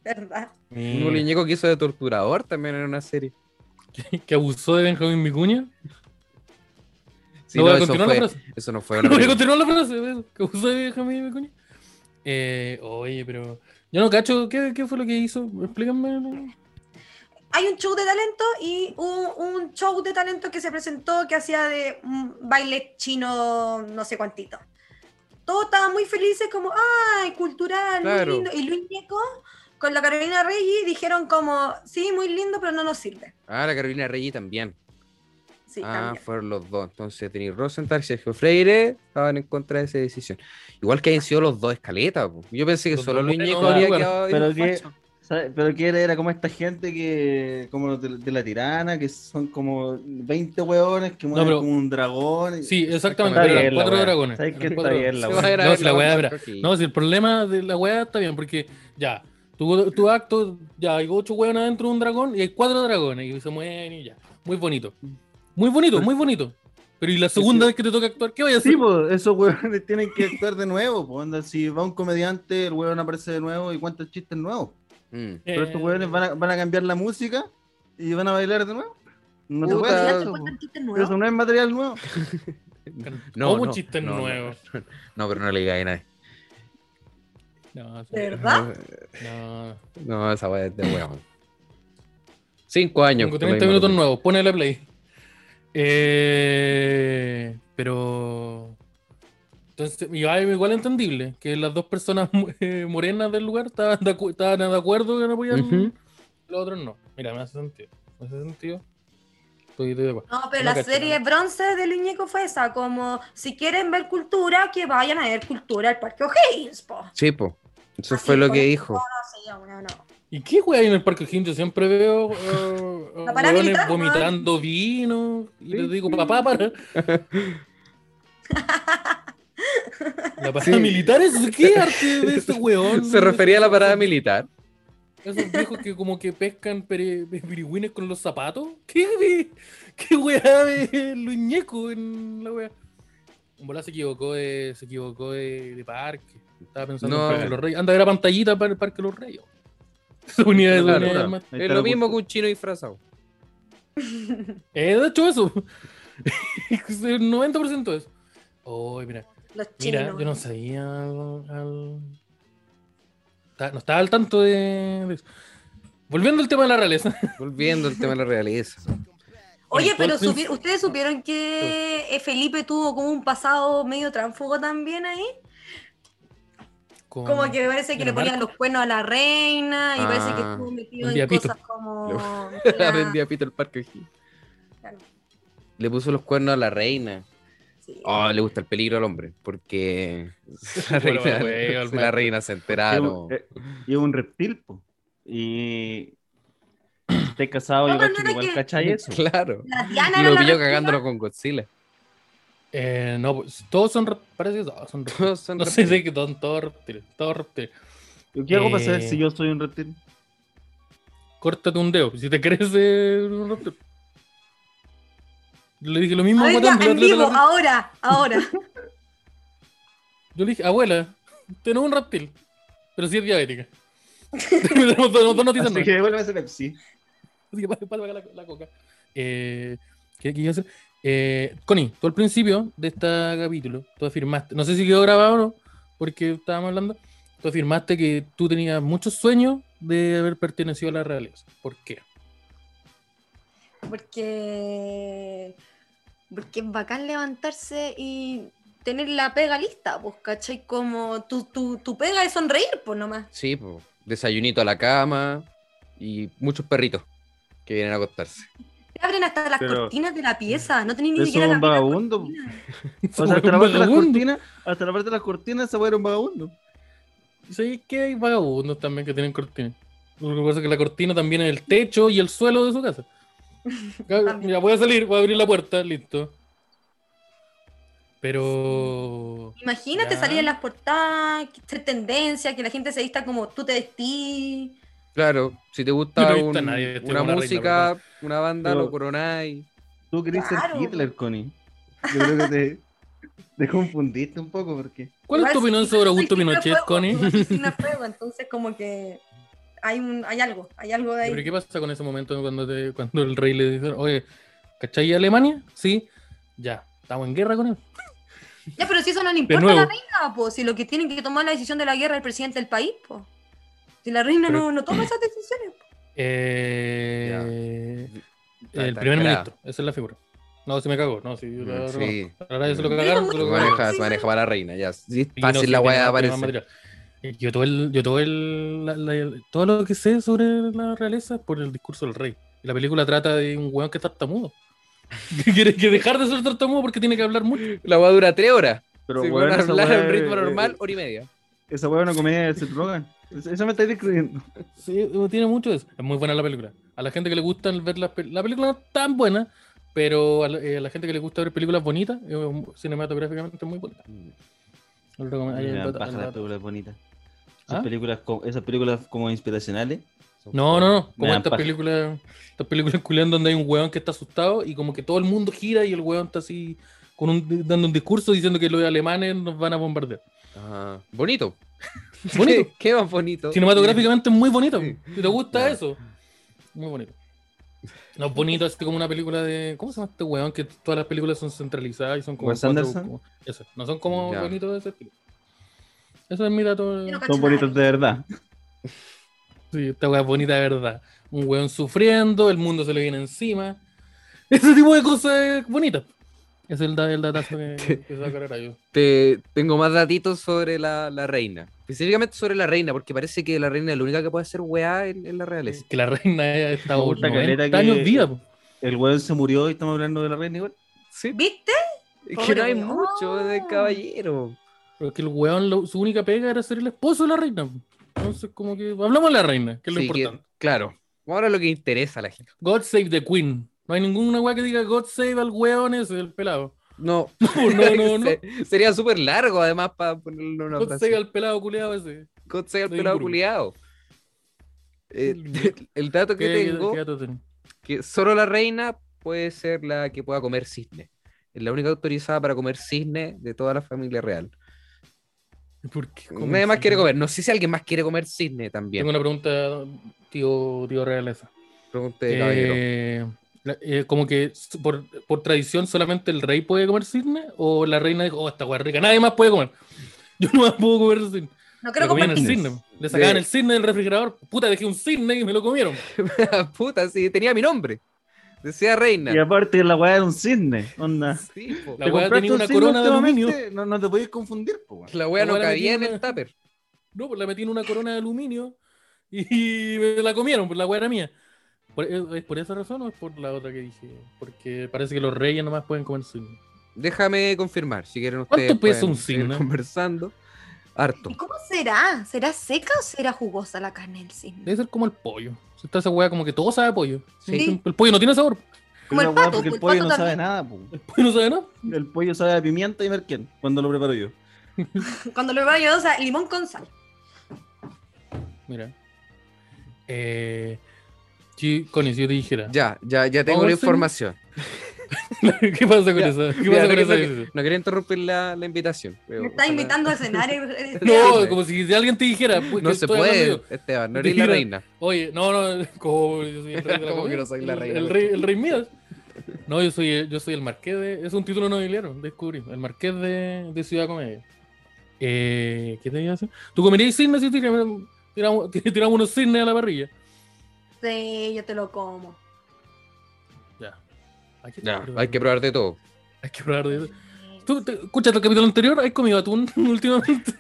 S3: ¿Verdad?
S2: El mismo Luis Ñeco que hizo de torturador también en una serie.
S4: Que abusó de Benjamín Vicuña.
S2: Sí,
S4: no voy a
S2: eso,
S4: continuar la
S2: fue,
S4: frase.
S2: eso no fue
S4: No
S2: una
S4: voy a
S2: película.
S4: continuar la frase. pues, Que abusó de Benjamín Vicuña. Eh, oye, pero. Yo no cacho, ¿qué, qué fue lo que hizo? Explícame.
S3: Hay un show de talento y un, un show de talento que se presentó que hacía de un baile chino no sé cuántito. Todos estaban muy felices como, ay, cultural,
S2: Claro.
S3: muy lindo. Y Luis Ñeco con la Carolina Reyes dijeron como, sí, muy lindo, pero no nos sirve.
S2: Ah, la Carolina Reyes también.
S3: Sí,
S2: ah,
S3: también.
S2: fueron los dos. Entonces, Trini Rosenthal y Sergio Freire estaban en contra de esa decisión. Igual que hayan sido los dos escaletas. po. Yo pensé que
S4: Los
S2: solo
S4: dos
S2: Luis
S4: buenos,
S2: Ñeco había
S4: bueno,
S2: quedado. ahí
S1: pero
S2: los
S1: que-
S2: fachos.
S1: ¿Sabe? Pero que era, era como esta gente que, como los de, de la tirana, que son como 20 hueones que mueven
S4: pero-
S1: como un dragón.
S4: Sí, exactamente.
S2: Está
S4: pero
S1: bien
S4: eran
S1: la
S4: cuatro
S1: weá.
S4: dragones.
S1: ¿Sabes
S4: eran
S1: qué? Está
S4: cuatro
S1: bien la
S4: dragones.
S2: Se va a ir a
S4: No,
S2: ver
S4: si la weá,
S2: banda
S4: era- No, si el problema de la weá está bien, porque ya, tu, tu acto, ya hay ocho weones adentro de un dragón y hay cuatro dragones y se mueven y ya. Muy bonito. Muy bonito, muy bonito. Pero y la segunda vez que te toca actuar, ¿qué voy a hacer?
S1: Sí, pues, esos hueones tienen que actuar de nuevo. Pues, onda, si va un comediante, el hueón aparece de nuevo y cuenta chistes nuevos.
S2: Mm.
S1: Pero
S4: Eh,
S1: estos hueones van a, van a cambiar la música y van a bailar de nuevo. No se
S3: Los
S1: puede
S2: Puta.
S1: hacer
S3: comediantes
S1: eso, po.
S3: cuentan chistes
S1: Pero
S3: nuevos.
S1: eso no es material nuevo.
S2: No,
S4: Como
S2: no,
S4: un chiste
S2: no, no.
S4: nuevo.
S2: No, pero no le digáis a nadie.
S4: No, sí,
S3: ¿Verdad?
S4: no.
S2: No, esa weá es de weón. Cinco años.
S4: Tengo
S2: por lo
S4: 30
S2: mismo
S4: minutos
S2: que-
S4: nuevos, ponele play. Eh, pero. Entonces, igual, igual entendible que las dos personas eh, morenas del lugar estaban de, acu- estaban de acuerdo que no apoyaban,
S2: Ujú.
S4: los otros no. Mira, me hace sentido. Me hace sentido. Estoy, estoy de acuerdo.
S3: No, pero
S4: No
S3: la
S4: cacho,
S3: serie bronce de Luñeco fue esa, como si quieren ver cultura, que vayan a ver cultura al Parque O'Higgins, po. No
S2: Sí, po. Eso
S3: Así
S2: fue lo
S3: fue.
S2: que dijo.
S3: sé, yo, no, no.
S4: ¿Y qué güey hay en el Parque O'Higgins? Yo siempre veo eh,
S3: La
S4: a hueones
S3: paramilitar, weón.
S4: vomitando vino y les digo, papá, para. ¿La parada militar es qué arte de ese weón?
S2: Se refería a la parada militar.
S4: Esos viejos que como que pescan pere- pirigüines con los zapatos. ¿Qué, ve- qué weá de Luñeco en la weá? Un bola se equivocó de, se equivocó de, de parque. Estaba pensando
S2: No.
S4: en Parque de los Reyes. Anda, era pantallita para el Parque de los Reyes. Se unía de
S2: Claro,
S4: unía
S2: claro.
S4: de más.
S1: Ahí
S2: Es
S1: está
S2: lo
S1: la
S2: mismo que
S1: cultura.
S2: un chino disfrazado.
S4: Eh, de hecho, eso. El 90% es. Oh, mira.
S3: Los
S4: Mira,
S3: chinos.
S4: yo no sabía. al- al- Ta- No estaba al tanto de. de eso. Volviendo al tema de la realeza.
S2: Volviendo al tema de la realeza.
S3: Oye,
S4: Con
S3: pero
S4: todo el
S3: supi- ustedes supieron que eh, Felipe tuvo como un pasado medio tránfugo también ahí.
S4: Con-
S3: Como que parece que le ponían los cuernos a la reina y parece que
S2: Ah,
S3: estuvo metido
S4: vendía
S3: en
S4: pito.
S3: cosas como. Mira,
S2: Aprendí a Peter Parker. Hill.
S3: Claro.
S2: Le puso los cuernos a la reina.
S3: sí.
S2: Oh, le gusta el peligro al hombre. Porque si la
S4: Bueno,
S2: reina,
S4: bueno,
S2: si la
S4: bueno.
S2: reina se
S1: Es
S2: enteraron.
S1: un- eh, Y es un reptil, po. Y. Esté casado,
S3: No,
S1: yo
S3: pero
S1: cacho
S3: no
S1: que
S3: era
S1: igual
S3: que-
S1: cachai eso.
S2: Claro.
S3: La Diana era
S2: Lo
S3: la
S2: pilló
S3: reina.
S2: cagándolo con Godzilla.
S4: Eh, no, pues, todos son. rep- Parece que todos son. rep-
S2: Todos son
S4: No sé si que son todos reptiles. Todos reptiles.
S1: ¿Y ¿Qué hago para saber
S4: Eh.
S1: si yo soy un reptil?
S4: Córtate un dedo. Si te crece un reptil. Le dije lo mismo
S3: A
S4: a
S3: ver,
S4: Guatán,
S3: Ah,
S4: la
S3: ya, en
S4: otra vez
S3: vivo,
S4: la-
S3: ahora, ahora.
S4: Yo le dije, abuela, tenés un reptil, pero sí es diabética. Tenemos dos, dos noticias
S1: Así
S4: nuevas.
S1: que devuélveme ese Pepsi.
S4: Así que pasa- pasa acá la, la coca. Eh, ¿Qué qué iba a hacer? Eh, Connie, tú al principio de este capítulo, tú afirmaste, no sé si quedó grabado o no, porque estábamos hablando, tú afirmaste que tú tenías muchos sueños de haber pertenecido a la realeza. ¿Por qué?
S3: Porque. Porque es bacán levantarse y tener la pega lista, pues, ¿cachai? Como tu, tu, tu pega es sonreír, pues nomás.
S2: Sí, po. desayunito a la cama y muchos perritos que vienen a acostarse.
S3: Te abren hasta las
S1: Pero-
S3: cortinas de la pieza, no tenés ni
S1: Eso
S3: siquiera
S1: es
S3: la
S1: un
S3: pega
S1: vagabundo.
S3: cortina.
S1: O sea, hasta la parte de las
S4: Vagabundo.
S1: cortinas, hasta la parte de las cortinas se fueron vagabundo.
S4: Sí, que hay vagabundos también que tienen cortina. Lo que pasa es que la cortina también es el techo y el suelo de su casa. Ya, Mira, voy a salir, voy a abrir la puerta, listo. Pero.
S3: Imagínate
S4: Ya.
S3: salir en las portadas, que esté tendencia, que la gente se vista como tú te vestís.
S2: Claro, si te gusta
S4: No he visto
S2: un-
S4: a nadie vestido
S2: una
S4: como la reina,
S2: música, una banda,
S1: Pero-
S2: lo coronáis.
S1: Tú querías
S3: Claro.
S1: ser Hitler, Connie. Yo creo que te, te confundiste un poco porque.
S4: ¿Cuál es tu
S3: Igual
S4: opinión
S3: sí,
S4: sobre
S3: soy
S4: Augusto
S3: signo de
S4: Pinochet,
S3: fuego,
S4: Connie?
S3: igual soy signo de fuego, entonces como que hay un, hay algo, hay algo de
S4: ¿Pero qué
S3: ahí.
S4: pasa con ese momento cuando, te- cuando el rey le dice, oye, ¿cachai Alemania? Sí, ya, estamos en guerra con él.
S3: Ya, pero si eso no le
S4: De
S3: importa a
S4: nuevo.
S3: la reina, pues, si lo que tienen que tomar la decisión de la guerra es el presidente del país, pues. Si la reina
S4: Pero-
S3: no, no toma esas decisiones. po.
S4: Eh,
S2: Ya.
S4: El
S2: Está
S4: primer
S2: descarada.
S4: ministro, esa es la figura. No, se me cagó, no, sí, yo la-
S2: Sí,
S4: Ahora eso lo
S3: Pero
S4: cagaron,
S3: muy
S4: se
S2: se
S4: lo
S3: bueno.
S4: cagaron.
S2: maneja,
S3: Sí,
S2: se maneja para la reina, ya. Sí,
S4: Y no sé
S2: fácil la
S4: qué
S2: weá
S4: más
S2: aparece.
S4: material. Eh, Yo todo, el, yo todo, el, la- la- todo lo que sé sobre la realeza es por el discurso del rey. Y La película trata de un weón que es tartamudo. Que quiere que dejar de ser tartamudo porque tiene que hablar mucho.
S2: La weá dura tres horas.
S1: Pero
S2: si
S1: weón,
S2: van a
S1: esa
S2: hablar a un
S1: weá-
S2: ritmo
S1: eh,
S2: normal, hora y media.
S1: Esa hueá es una comedia de Seth Rogen. Eso eso me estáis describiendo.
S4: Sí, tiene mucho de eso. Es muy buena la película. A la gente que le gusta ver las pel- La película no es tan buena, pero a la, eh, a la gente que le gusta ver películas bonitas, eh, um, cinematográficamente es muy bonita. Lo recom- ahí el dato- el dato.
S1: películas bonitas.
S4: Esas ¿Ah?
S1: películas esas películas como inspiracionales.
S4: No, no, no.
S1: Me
S4: Como
S1: dan
S4: estas
S1: paja.
S4: películas, estas películas culiadas donde hay un weón que está asustado y como que todo el mundo gira y el weón está así con un, dando un discurso diciendo que los alemanes nos van a bombardear.
S2: Ajá. Bonito.
S4: Bonito.
S2: Qué más bonito.
S4: Cinematográficamente es muy bonito.
S2: Sí.
S4: Si te gusta
S2: Ya.
S4: eso, muy bonito. No es bonito, así como una película de. ¿Cómo se llama este weón? Que todas las películas son centralizadas y son como.
S1: Wes Anderson.
S4: como- eso. No son como
S2: Ya.
S4: bonitos de ese estilo. Eso es mi dato. eh,
S3: Yo no cacho
S1: Son
S3: nada.
S1: bonitas de verdad.
S4: Sí, esta weá es bonita de verdad. Un weón sufriendo, el mundo se le viene encima. Ese tipo de cosas bonitas. Es el, da- el datazo que, que saca el rayo.
S2: Te, tengo más datitos sobre la, la reina. Específicamente sobre la reina, porque parece que la reina es la única que puede hacer weá en, en la realeza.
S4: Que la reina está
S1: Me
S4: por
S1: gusta caleta
S4: 90
S1: que-
S4: años viva. po.
S1: El weón se murió y estamos hablando de la reina igual.
S2: Sí.
S3: ¿Viste?
S2: Es que no hay
S3: Pobre
S2: mucho de
S3: weón.
S2: caballero.
S4: Pero es que el weón, lo- su única pega era ser el esposo de la reina. po. Entonces, como que. Hablamos de la reina, que es lo
S2: Sí, que-
S4: importante.
S2: claro. Ahora lo que interesa a la gente.
S4: God save the queen. No hay ninguna weá que diga God save al weón ese, el pelado.
S2: No,
S4: No, no, no. no.
S2: Se- sería súper largo, además, para ponerle una
S4: God
S2: frase.
S4: save al pelado culeado ese.
S2: God save al
S4: de
S2: pelado
S4: Edimburgo.
S2: culiado.
S4: Edimburgo.
S2: Eh, el dato que
S4: ¿Qué-
S2: tengo,
S4: qué dato tenés?
S2: que solo la reina puede ser la que pueda comer cisne. Es la única autorizada para comer cisne de toda la familia real.
S4: ¿Por qué comes
S2: Nadie más
S4: ese?
S2: quiere comer. No sé si alguien más quiere comer cisne también.
S4: Tengo una pregunta, tío, tío realeza.
S2: Pregunte, caballero.
S4: Eh, la- eh, como que s- por, por tradición solamente el rey puede comer cisne o la reina dijo, oh, esta hueá rica, nadie más puede comer. Yo no más puedo comer cisne.
S3: No creo
S4: Le
S3: que
S4: comían el
S1: compartir.
S4: cisne. Le sacaban
S2: De-
S4: el cisne del refrigerador. Puta, dejé un cisne y me lo comieron.
S2: Puta, sí, tenía mi nombre. Decía reina.
S1: Y aparte la weá era un cisne. Onda.
S2: Sí, po.
S4: La
S1: Te
S4: weá
S1: compraste
S4: tenía
S1: un
S4: una
S1: cisne
S4: corona de
S1: últimamente,
S4: aluminio.
S1: No, no te podías confundir, po, weón.
S2: La wea
S4: la
S2: no
S4: wea le
S2: cabía en
S4: metieron
S2: el
S4: una-
S2: tupper.
S4: No, pues la metí en una corona de aluminio y me la comieron, pues la hueá era mía. Por- ¿Es es por esa razón o es por la otra que dije? Porque parece que los reyes nomás pueden comer cisne.
S2: Déjame confirmar, si quieren
S4: ¿Cuánto
S2: ustedes.
S4: pesa
S2: pueden
S4: un
S2: seguir
S4: cisne?
S2: Conversando. Harto.
S3: ¿Y cómo será? ¿Será seca o será jugosa la carne del cisne?
S4: Debe ser como el pollo. Si está esa hueá como que todo sabe a pollo.
S3: Sí.
S4: El pollo no tiene sabor.
S3: Como
S1: Pero
S3: el
S1: la weá,
S3: pato,
S1: porque el
S3: el
S1: pollo
S3: pato
S1: no sabe
S3: también.
S1: nada, po.
S4: El pollo no sabe nada.
S1: El pollo sabe a pimienta y merquén cuando lo preparo yo.
S3: Cuando lo veo yo, o sea, limón con sal.
S4: Mira. Eh, si- Connie, si yo te dijera.
S2: Ya, ya, ya tengo
S4: Vamos
S2: la
S4: al cisne.
S2: información.
S4: ¿Qué pasa con
S2: Ya,
S4: eso?
S2: Mira, no,
S4: ¿Qué pasa con
S2: quiero-
S4: esa
S2: no
S4: decisión?
S2: quiero- no quería interrumpir la, la invitación. pero
S3: Me está
S2: ojalá-
S3: invitando a cenar. eh, eh,
S4: No, como si alguien te dijera. pues,
S2: No
S4: que
S2: se
S4: estoy hablando
S2: puede,
S4: yo.
S2: Esteban, no
S4: Te
S2: eres la
S4: digo-
S2: reina.
S4: Oye, no, no. Como, yo soy el rey de la
S2: Como que
S4: comida.
S2: no soy la
S4: El-
S2: reina.
S4: El, rey, el rey Midas. No, yo soy, el- yo soy el marqués de. Es un título nobiliario, descubrí. El marqués de, de Ciudad Comedia. Eh, ¿Qué te iba a hacer? ¿Tú comerías cisnes si tiramos, tiramos, tiramos unos cisnes a la parrilla?
S3: Sí, yo te lo como.
S4: Ya. Hay que,
S2: Ya,
S4: probar.
S2: hay que probar de todo.
S4: Hay que probar de eso. ¿Tú te, escuchaste el capítulo anterior? ¿Has comido atún últimamente?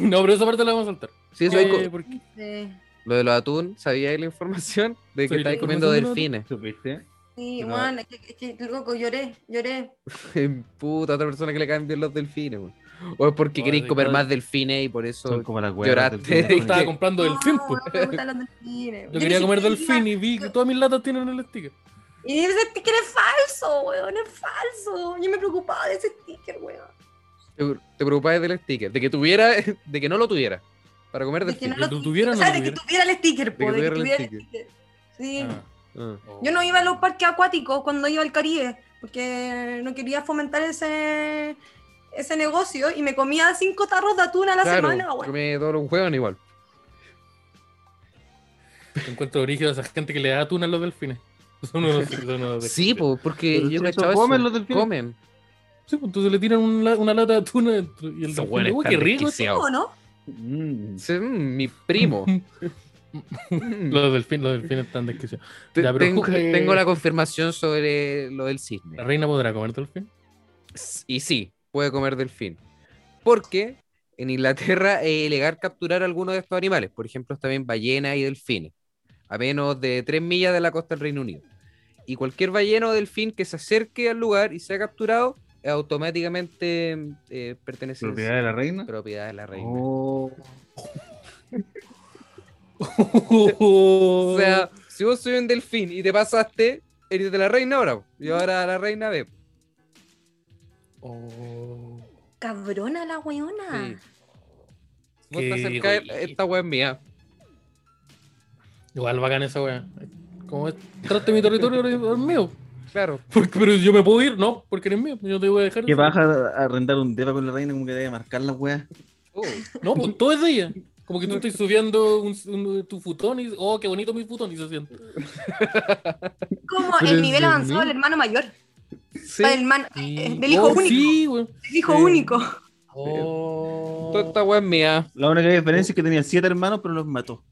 S4: no, pero esa parte la vamos a saltar.
S2: Sí, eso
S4: Eh,
S2: hay co-
S4: porque-
S3: Sí,
S2: lo de los atún, sabía ahí la información de que
S4: ¿Sabía la
S2: estáis comiendo
S4: información
S2: delfines.
S1: ¿Supiste?
S3: sí,
S1: Pero-
S3: Juan, es que, es que, loco, lloré, lloré.
S2: Puta, otra persona que le caen bien los delfines, weón. O es porque
S4: Oye,
S2: queréis comer
S4: claro.
S2: más delfines y por eso.
S1: Son como las
S2: lloraste.
S1: huevas.
S4: Yo
S1: del-
S4: estaba comprando delfín,
S3: No,
S4: pues.
S3: no me gustan los delfines.
S4: Yo quería
S3: ni
S4: comer
S3: siquiera-
S4: delfín y vi que todas mis latas tienen el sticker.
S3: Y ese sticker es falso, weón, es falso. Yo me preocupaba de ese sticker, weón.
S2: Te, te preocupabas del sticker. De que tuviera, de que no lo tuviera. Para comer
S3: De que
S2: delfines.
S3: no
S4: Que
S3: lo
S4: tú tuvieras,
S3: o
S4: no
S3: sea,
S4: lo
S3: de que
S4: tuvieras.
S3: tuviera el sticker,
S2: que
S3: po, de que
S2: tuviera el
S3: tuviera el
S2: sticker.
S3: sticker. Sí.
S4: Ah,
S2: Ah.
S4: oh.
S3: Yo no iba a los parques acuáticos cuando iba al Caribe, porque no quería fomentar ese, ese negocio y me comía cinco tarros de atún a la
S2: Claro,
S3: semana, weón.
S2: comí todos los huevos igual.
S4: Encuentro origen a esa gente que le da atún a los delfines. Son unos- son unos
S2: Sí,
S4: desgraciados.
S2: po, porque
S1: Pero
S2: yo
S1: si eso
S2: cachaba
S1: comen
S2: eso.
S1: los delfines.
S2: Comen.
S4: Sí, pues entonces le tiran un la- una lata de atún adentro y el
S2: Esos
S4: delfín,
S2: hueones
S4: uy,
S2: están
S4: qué rico.
S2: desquiciados.
S3: ¿O no?
S1: Mm.
S2: Sí, mm, mi primo. Mm.
S4: Los delfines, los delfines están desquiciados.
S2: Te-
S4: Ya, pero
S2: tengo,
S4: juzgue-
S2: tengo la confirmación sobre lo del cisne.
S4: ¿La reina podrá comer delfín?
S2: S- Y sí, puede comer delfín. Porque en Inglaterra es ilegal capturar algunos de estos animales. Por ejemplo, también ballenas y delfines. A menos de 3 millas de la costa del Reino Unido. Y cualquier ballena o delfín que se acerque al lugar y sea capturado, automáticamente eh, pertenece
S1: ¿Propiedad de la reina?
S2: propiedad de la reina.
S1: Oh.
S2: O sea, si vos soy un delfín y te pasaste, eres de la reina ahora. po. Y ahora la reina ve. po.
S4: Oh.
S3: Cabrona la weona.
S2: Sí. Vos
S4: Qué
S2: te acercás,
S4: egoísta.
S2: esta weá es mía.
S4: Igual bacán esa wea. Como es, traste mi territorio, ahora es mío.
S2: Claro.
S4: Porque, pero yo me puedo ir, no, porque eres mío. Yo te voy a dejar.
S1: ¿Qué baja a arrendar un depa con la reina? Como que debe marcar las weas.
S2: Oh,
S4: No, pues todo es de ella. Como que tú estás subiendo un- un- tu futón y oh, qué bonito mi futón y se siente.
S3: Como
S2: Pero
S3: el
S2: es
S3: nivel
S2: de mí.
S3: avanzado del hermano mayor.
S2: sí.
S3: Del, man-
S4: Y-
S3: del hijo
S4: oh,
S3: único.
S4: Sí, güey.
S3: del hijo
S2: Sí.
S3: único.
S4: Oh.
S2: Toda esta weá es mía.
S1: La única diferencia es que tenía siete hermanos, pero los mató.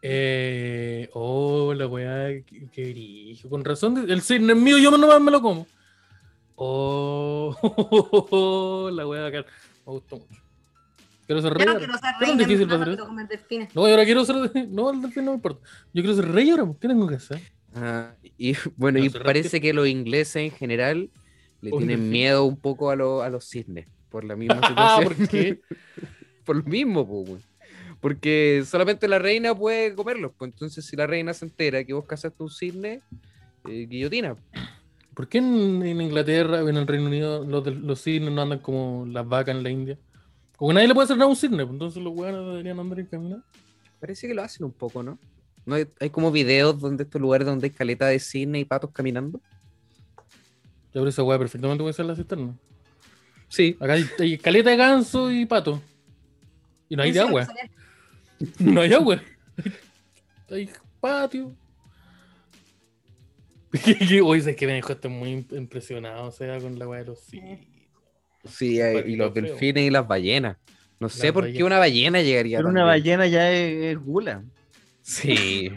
S4: Eh, oh, la weá, qué qué brillo. Con razón, de- el cisne es mío, yo nomás me lo como. Oh, la weá bacán. Me gustó mucho. Quiero ser
S3: Yo
S4: rey.
S3: no
S4: ahora.
S3: quiero ser
S4: ¿Qué tan
S3: reina,
S4: difícil
S3: no,
S4: va a
S3: no
S4: ser
S3: quiero comer delfines.
S4: No, yo ahora quiero ser. No, el delfín no me importa. Yo quiero ser rey ahora. pues, ¿Qué tengo que hacer?
S2: Ah, y bueno,
S4: No,
S2: y
S4: se
S2: parece que los ingleses en general le
S4: Un
S2: tienen
S4: delfín.
S2: miedo un poco a, lo- a los cisnes. Por la misma
S4: Ah,
S2: situación.
S4: ¿por qué?
S2: por lo mismo, po, weón. Porque solamente la reina puede comerlos. pues, entonces, si la reina se entera que vos cazaste un cisne, eh, guillotina.
S4: ¿Por qué en, en Inglaterra o en el Reino Unido los, del- los cisnes no andan como las vacas en la India? Como que nadie le puede hacer nada a un cisne, pues, entonces los weones deberían andar y caminar.
S2: Parece que lo hacen un poco, ¿no? ¿No hay, hay como videos donde estos lugares donde hay caleta de cisne y patos caminando.
S4: Yo creo que esa weá perfectamente puede ser la cisterna.
S2: Sí.
S4: Acá hay, hay caleta de ganso y pato. Y no hay de
S3: Eso,
S4: agua.
S3: sabía-
S4: No hay agua. Hay patio. Hoy es que me dejó esto muy imp- impresionado, o sea, con la weá de los cisnes.
S2: Sí, hay- y los
S4: Patito feo.
S2: delfines y las ballenas. No sé
S4: Las
S2: por qué
S4: ballenas.
S2: una ballena llegaría.
S1: Pero
S2: tan
S1: una
S2: lejos.
S1: ballena ya es, es gula.
S2: Sí.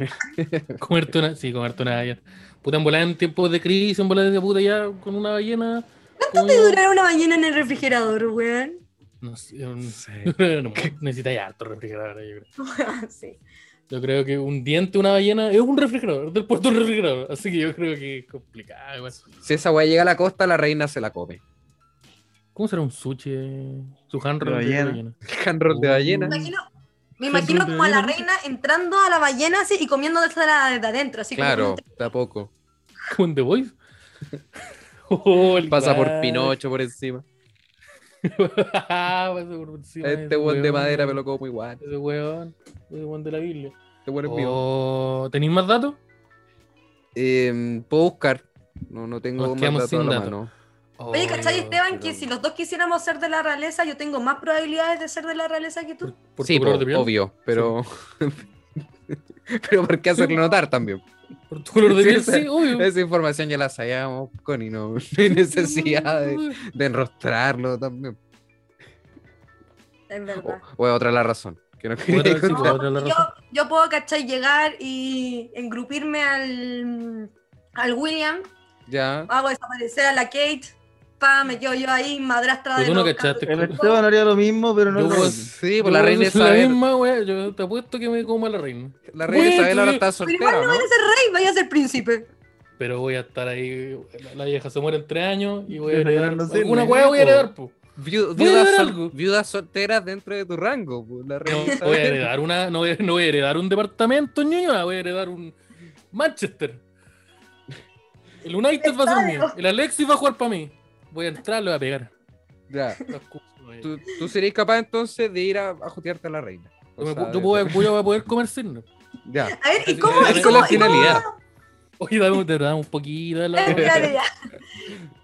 S4: Comerte una, sí, comerte una ballena. Puta, en volar en tiempos de crisis, en volar de puta ya con una ballena. ¿Cuánto
S3: Te durará una ballena en el refrigerador, weón.
S4: No sé, un-
S2: Sí.
S4: no, necesita ya harto refrigerador, yo creo.
S3: sí.
S4: Yo creo que un diente, una ballena, es un refrigerador, del puerto un refrigerador. Así que yo creo que es complicado. igual.
S2: Si esa weá llega a la costa, la reina se la come.
S4: ¿Cómo será un sushi? eh? Su handroll de
S1: ballena.
S4: ballena.
S2: El handroll
S4: Uh.
S2: de ballena.
S3: Me imagino, me
S4: Siempre
S3: imagino
S4: te
S3: como a la
S4: digo, ¿no?
S3: reina entrando a la ballena así y comiendo desde la- de adentro. Así como
S2: Claro,
S3: que-
S2: tampoco.
S4: Como en The Voice. Oh, el
S2: Pasa por
S4: guay.
S2: Pinocho por encima.
S4: Pasa por encima de
S2: Este
S4: ese
S2: weón de
S4: weón.
S2: madera me lo como igual.
S4: Ese weón. Ese weón de la Biblia.
S2: Este weón es mío.
S4: Oh, ¿Tenéis más datos?
S2: Eh, Puedo buscar. No, no tengo
S4: Nos
S2: más
S4: quedamos
S2: datos
S4: sin
S2: a la
S4: datos.
S2: mano.
S3: Oye, ¿cachai,
S4: Oh,
S3: Esteban?
S4: pero-
S3: Que si los dos quisiéramos ser de la realeza, yo tengo más probabilidades de ser de la realeza que tú.
S4: Por
S2: sí,
S4: tu color
S2: po,
S4: de piel.
S2: obvio, pero. Pero ¿por qué hacerlo notar también?
S4: Por tu color de
S2: Sí,
S4: piel,
S2: esa-
S4: sí, obvio.
S2: Esa información ya la sabíamos, Connie, no, no hay necesidad de, de enrostrarlo también.
S3: Es
S2: O,
S4: oh,
S3: verdad.
S2: o es otra la razón. Que no quería
S4: Otra, sí,
S2: contar.
S4: otra la
S3: Yo,
S4: razón.
S3: yo puedo, ¿cachai? Llegar y engrupirme al, al William,
S2: Ya.
S3: hago desaparecer a la Kate, pa, me quedo yo ahí, madrastra
S4: Pero
S3: de
S4: tú no
S3: los
S4: cachaste.
S1: El Esteban haría lo mismo, pero no
S4: Yo
S1: lo
S4: voy-
S1: hace.
S2: Sí, pues la reina
S4: es la
S2: Isabel.
S4: misma, wea. Yo te apuesto que me como a la reina.
S2: La reina
S4: Güey,
S2: Isabel ahora
S4: tú-
S2: está
S3: Pero
S2: soltera,
S3: igual no
S2: ¿no?
S3: vaya a ser rey, vaya a ser príncipe.
S4: Pero voy a estar ahí. La, la vieja se muere en tres años y voy a
S1: Pero
S4: heredar.
S1: no sé,
S4: Alguna
S1: no
S4: wea voy a
S2: sé, po.
S4: heredar, po.
S2: Viu-
S4: Voy a
S2: viudas
S4: ver
S2: sol-
S4: algo.
S2: viudas solteras dentro de tu rango. pues, la reina
S4: No voy a
S2: Isabel.
S4: heredar una, no voy, a- no voy a heredar un departamento, ñoño, voy a heredar un Manchester. El United va a ser mío. El Alexis va a jugar para mí. Voy a entrar, lo voy a pegar.
S2: Ya.
S4: Las cosas, güey.
S2: ¿Tú, tú serías capaz entonces de ir a, a jotearte a la reina. O
S4: Yo, me
S2: sea,
S4: pu- yo voy, a- voy a poder comer sin.
S2: Ya.
S3: A ver, ¿y
S4: Sí,
S3: cómo?
S4: esa
S3: ¿Y
S4: es
S3: cómo?
S4: la
S3: ¿Y cómo?
S2: finalidad.
S4: Oye, dame, te damos un poquito de la.
S3: Eh, espérate ya.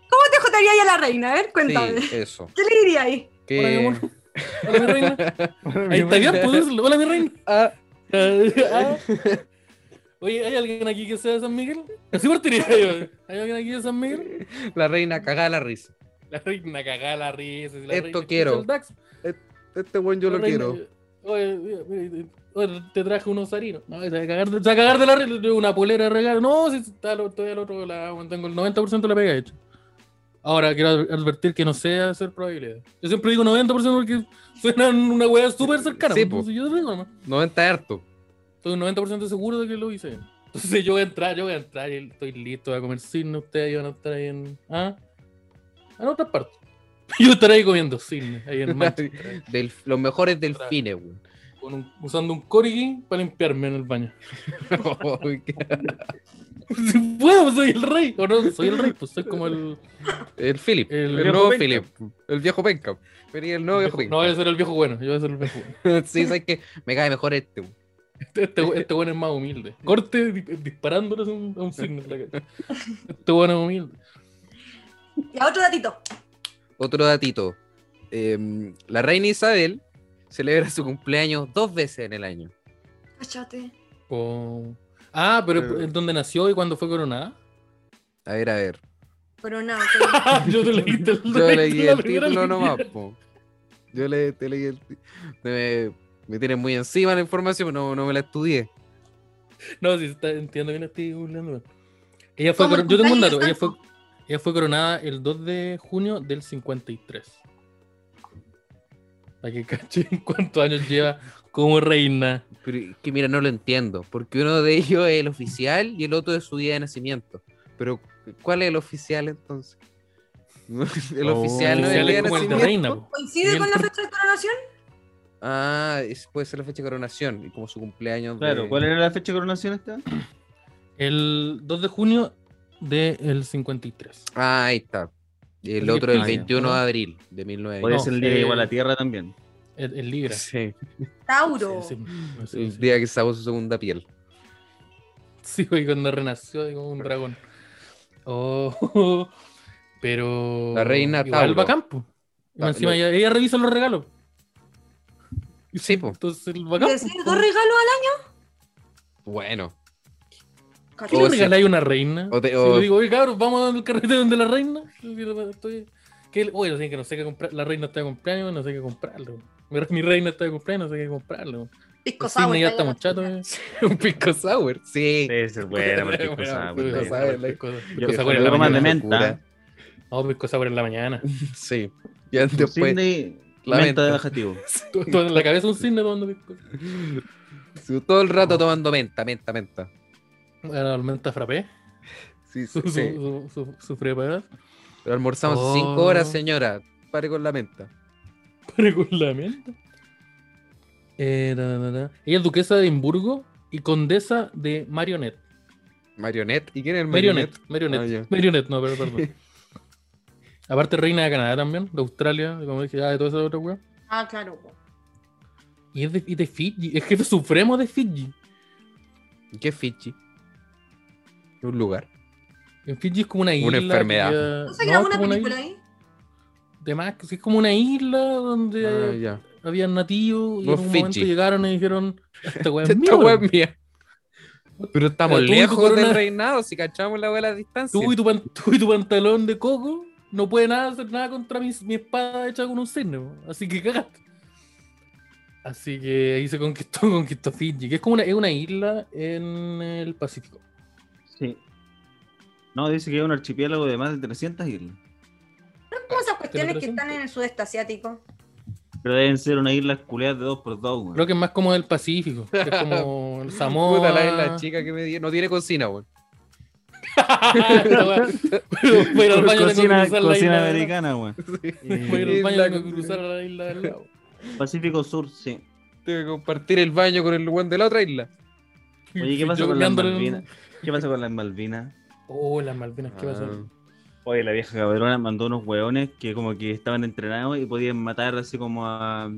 S3: ¿Cómo te jotaría ahí a la reina? A ver, cuéntame.
S2: Sí, eso.
S3: ¿Qué le diría ahí?
S4: Hola, mi
S2: Que...
S4: amor. Hola, mi reina. Ahí está bien, pues. Hola, mi reina.
S2: Ah,
S4: Ah. Oye, ¿hay alguien aquí que sea de San Miguel? Así partiría yo. ¿Hay alguien aquí de San Miguel?
S2: la reina cagada la risa.
S4: La reina cagada, la risa. si
S2: Esto
S4: la reina escucha
S2: quiero.
S4: el DAX,
S2: Este buen yo
S4: la
S2: lo
S4: reina-
S2: quiero.
S4: Oye, mira, mira, oye, te traje unos harinos. No, se va a cagar, de- se va a cagar de la re- una polera de regalo. No, si está al- estoy al otro lado, tengo el 90% de la pega hecha. Ahora quiero ad- advertir que no sé hacer probabilidades. Yo siempre digo 90% porque suena una hueá súper cercana.
S2: Sí,
S4: entonces yo digo nomás.
S2: 90 harto.
S4: Estoy un 90% seguro de que lo hice. Entonces yo voy a entrar, yo voy a entrar y estoy listo, voy a comer cisne, ustedes van a estar ahí en... ¿Ah? En otra parte. Yo estaré ahí comiendo cisne, ahí en Manchester,
S2: Del- los mejores delfines, weón.
S4: con un- usando un corgi para limpiarme en el baño. Bueno, soy el rey, o no, soy el rey, pues soy como el...
S2: el Philip.
S4: El
S2: El,
S4: viejo
S2: nuevo
S1: penca.
S2: Philip. El viejo penca. Venía el nuevo viejo
S4: no
S2: penca.
S4: voy a ser el viejo bueno, yo voy a ser el viejo bueno.
S2: sí, sabes que me cae mejor este, weón.
S4: Este, este, este bueno es más humilde. Corte di- disparándole a un, a un cisne en la cara. Este bueno es humilde.
S3: Ya, otro datito.
S2: Otro datito. Em, la reina Isabel celebra su cumpleaños dos veces en el año.
S3: Cáchate.
S4: Oh. Ah, pero es donde nació y cuando fue coronada.
S2: A ver, a ver.
S3: Coronado.
S4: yo te leí el,
S2: Yo leí
S4: la
S2: el
S4: primera
S2: título
S4: línea.
S2: nomás, po. Yo le, te leí el ti- Me, me tienen muy encima la información, no, no me la estudié.
S4: No, sí, está- entiendo que no estoy burlando. Ella fue
S3: Como el
S4: coron- Yo tengo un dato.
S3: cumpleaños
S4: Ella fue, ella fue coronada el 2 de junio del 53. Para que cachen cuántos años lleva como reina.
S2: Pero es que mira, no lo entiendo. Porque uno de ellos es el oficial y el otro es su día de nacimiento. Pero, ¿cuál es el oficial entonces? El
S1: Oh,
S2: oficial
S4: El
S2: no es el
S4: oficial
S2: día de
S4: es como el de
S2: nacimiento.
S4: reina. po.
S3: ¿Coincide con la fecha de coronación?
S2: Ah, es- puede ser la fecha de coronación y como su cumpleaños.
S1: Claro,
S2: de-
S1: ¿cuál era la fecha de coronación, Esteban?
S4: El 2 de junio del 53.
S2: Ah, ahí está. Y el
S4: El
S2: otro el
S1: Ah, ya.
S2: 21 de abril de 1900.
S1: Podría
S4: No,
S1: ser el día que llegó a
S4: eh,
S1: la Tierra también.
S4: El, el Libra.
S2: Sí,
S3: Tauro.
S4: Sí, sí, sí,
S2: el
S4: sí.
S2: día que sacó su segunda piel.
S4: Sí, güey, cuando renació digo, un dragón. Oh, pero.
S2: La reina
S4: igual
S2: Tauro.
S4: bacán, po. Y
S2: Ta-
S4: encima
S2: lo-
S4: ella, ella revisa los regalos.
S2: Sí, po.
S4: Entonces el
S3: ¿Y
S4: bacán.
S3: decir
S4: po.
S3: dos regalos
S2: Bueno.
S3: al
S4: ¿Qué
S3: año?
S4: le
S2: O si-
S4: regaláis a pues, una reina?
S2: o te-
S4: Si
S2: o-
S4: le digo, oye, cabros, vamos al carrete donde la reina. Estoy... ¿Qué le- Oye, así que no sé qué comprar. La reina está de cumpleaños, no sé qué comprarlo. Mi, mi reina está de cumpleaños, no sé qué comprarlo.
S3: Pisco
S4: El cine
S3: sour.
S4: ya estamos chatos. eh.
S2: un pisco sour. Sí.
S1: Debe ser buena,
S4: Bueno,
S1: porque cosa.
S4: pisco
S2: porque-
S4: sour,
S2: porque-
S4: pisco sour.
S1: Yo
S4: Pisco sour en
S1: creo
S4: la
S1: que más de
S4: mañana.
S1: menta.
S4: No, pisco sour en la mañana.
S2: Sí. Ya
S1: Un
S2: después.
S1: Sydney,
S2: la
S1: menta de
S2: menta.
S1: bajativo.
S4: Todo- todo en la cabeza un cisne tomando pisco sour.
S2: su- Todo el rato tomando menta, menta, menta.
S4: Era almenta frappé.
S2: Sí, sí.
S4: Su, su,
S2: sí.
S4: su, su, su preparada.
S2: Pero almorzamos
S4: Oh.
S2: cinco horas, señora. Pare con la menta.
S4: Pero con la mierda. Eh, da, da, da, da. Ella es duquesa de Edimburgo y condesa de Marionette.
S2: Marionette. ¿Y quién es el
S4: Marionette.
S2: marionette?
S4: Marionette.
S2: Ah, ya.
S4: Marionette, no, pero perdón. Aparte, reina de Canadá también, de Australia, como dije, ah, de toda esa otra weá.
S3: Ah, claro. po.
S4: Y es de, y de Fiji, es jefe supremo de Fiji.
S2: ¿Y ¿Qué es Fiji? Un lugar.
S4: En Fiji es como una isla. que
S2: enfermedad.
S4: queda-
S3: ¿No se
S4: no,
S3: grabó
S4: es
S3: una
S4: como una
S3: película
S4: isla.
S3: ahí?
S4: De más, que sí, es como una isla donde
S2: Ah, ya.
S4: habían nativos y
S2: No
S4: en un
S2: Fiji.
S4: momento llegaron y dijeron: Esta weá es
S2: Esta
S4: mía.
S2: hueá es mía. Pero estamos
S4: Tú y tu
S2: lejos del
S4: corona-
S2: reinado, si cachamos la buena distancia.
S4: Tú y, tu pan- tú y tu pantalón de coco no pueden nada hacer nada contra mi, mi espada hecha con un cisne. po. Así que cagaste. Así que ahí se conquistó, conquistó Fiji, que es como una, es una isla en el Pacífico.
S1: Sí. No, dice que es un archipiélago de más de 300 islas.
S3: Como esas cuestiones que
S4: presento.
S3: están en el sudeste asiático.
S1: Pero deben ser una isla culeada de 2 por 2 güey.
S4: Creo que es más como del Pacífico, que es como el Samoa.
S2: Puta, la, la chica que me dio. No tiene cocina, weón.
S4: Esta weá. Pero voy a ir al baño, tengo que
S1: cocina
S4: cruzar la
S1: cocina
S4: isla.
S1: americana, güey.
S4: Voy a ir
S1: Eh,
S4: al baño,
S2: Isla-
S4: tengo que cruzar la isla del lado.
S1: Pacífico Sur, sí.
S2: Tengo que compartir el baño con el weón de la otra isla.
S1: Oye, ¿qué pasa
S4: Yo
S1: con las
S4: meándole en-
S1: Malvinas? ¿Qué pasa con las Malvinas?
S4: Oh, las Malvinas,
S2: Ah.
S4: ¿qué pasó?
S1: Oye, la vieja cabrona mandó unos hueones que como que estaban entrenados y podían matar así como a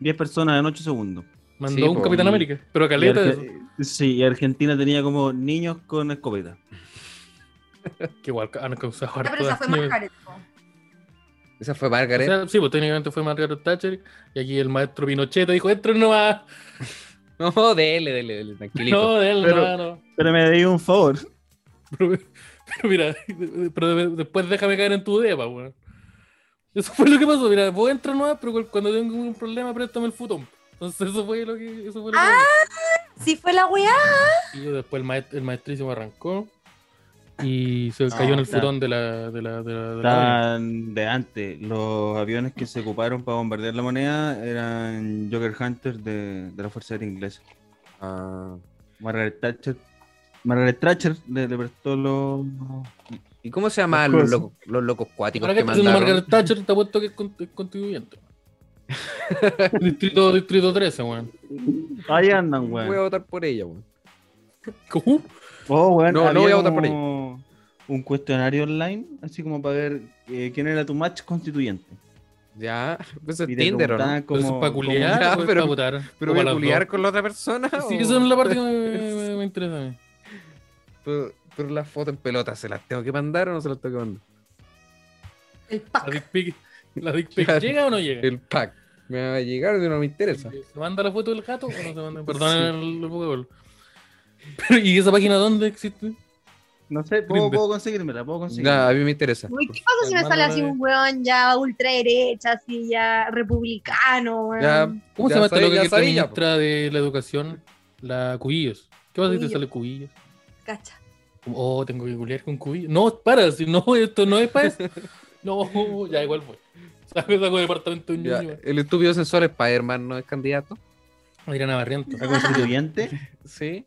S1: 10 personas en 8 segundos.
S4: Mandó
S2: Sí,
S4: un
S2: po,
S4: Capitán
S1: y-
S4: América, pero
S1: Y
S4: caleta.
S1: Arge- Sí, y Argentina tenía como niños con escopeta.
S4: Que igual han causado
S3: Ya, pero
S4: harto
S3: esa fue
S4: daño.
S3: más cara. po.
S2: Esa fue
S4: O
S2: Margaret.
S4: sea, sí, pues técnicamente fue Margaret Thatcher y aquí el maestro Pinochet dijo, esto no va,
S2: No, dele, dele, dele, tranquilito.
S4: no, de él,
S1: Pero-
S4: no, no.
S1: Pero me di un favor.
S4: Pero, pero mira, pero de- después déjame caer en tu depa, weón. Eso fue lo que pasó, mira, vos entras nomás, pero cu- cuando tengo un problema, préstame el futón. Entonces eso fue lo que... Eso fue lo que
S3: Ah. Sí fue la weá.
S4: Y después el, maest- el maestrísimo arrancó y se
S1: No,
S4: cayó en el
S1: claro.
S4: futón de la... De la, de la, de la cadena.
S1: Tan de antes, los aviones que se ocuparon para bombardear la moneda eran Joker Hunters de, de la Fuerza Aérea Inglesa.
S2: Ah.
S1: Margaret Thatcher, Margaret Thatcher le, le prestó los...
S2: ¿Y cómo se llamaban los, locos- los locos cuáticos
S4: Ahora que
S2: que
S4: está haciendo
S2: mandaron?
S4: Margaret Thatcher, te apuesto que es con- es constituyente. distrito, distrito 13, weón.
S1: Ahí andan, weón.
S2: Voy a votar por ella, weón.
S4: ¿Cómo?
S1: Oh, weón,
S2: No, no voy
S1: había
S2: a votar por
S1: como Un cuestionario online, así como para ver eh, quién era tu match constituyente.
S2: Ya, pues es
S1: Y te
S2: Tinder, ¿o no?
S1: preguntaban
S4: Pero eso
S1: como-
S4: es para culiar,
S2: ya,
S4: o
S2: pero-
S4: es para votar.
S2: Pero
S4: O
S2: voy
S4: para
S2: a
S4: las
S2: culiar con la otra persona.
S4: dos. Sí,
S2: o-
S4: esa es la parte que me, me- me interesa a mí.
S2: Pero, pero las fotos en pelota, ¿se las tengo que mandar o no se las tengo que mandar?
S3: El
S4: La
S3: pack.
S4: dick pic, la dick pic,
S2: Claro.
S4: ¿llega o no llega?
S2: El pack. Me va a llegar si no me interesa.
S4: ¿Se manda la foto del gato o no se manda? Perdón el huevo. Pero, ¿Y esa página dónde existe?
S1: No sé, puedo, puedo conseguírmela, puedo
S2: Ya,
S1: conseguírmela.
S2: a mí me interesa.
S5: Uy, ¿Qué pasa si me sale así un weón ya ultraderecha, así ya republicano, weón?
S2: Ya,
S4: ¿Cómo
S2: ya
S4: se llama esta
S2: sabía,
S4: loca
S2: ya
S4: que es
S2: sabía, po.
S4: ministra de la educación? La Cubillos. ¿Qué pasa si te
S3: Cubillos.
S4: sale Cubillos?
S3: Cacha.
S4: Oh, tengo que culiar con Cubillos. No, para, si no, esto no es para eso. No, ya igual fue. Saco saco departamento de un
S2: Ya,
S4: niño.
S2: el estúpido sensor Spider-Man no es candidato.
S4: Adriana Barrientos.
S1: ¿A constituyente?
S2: Sí.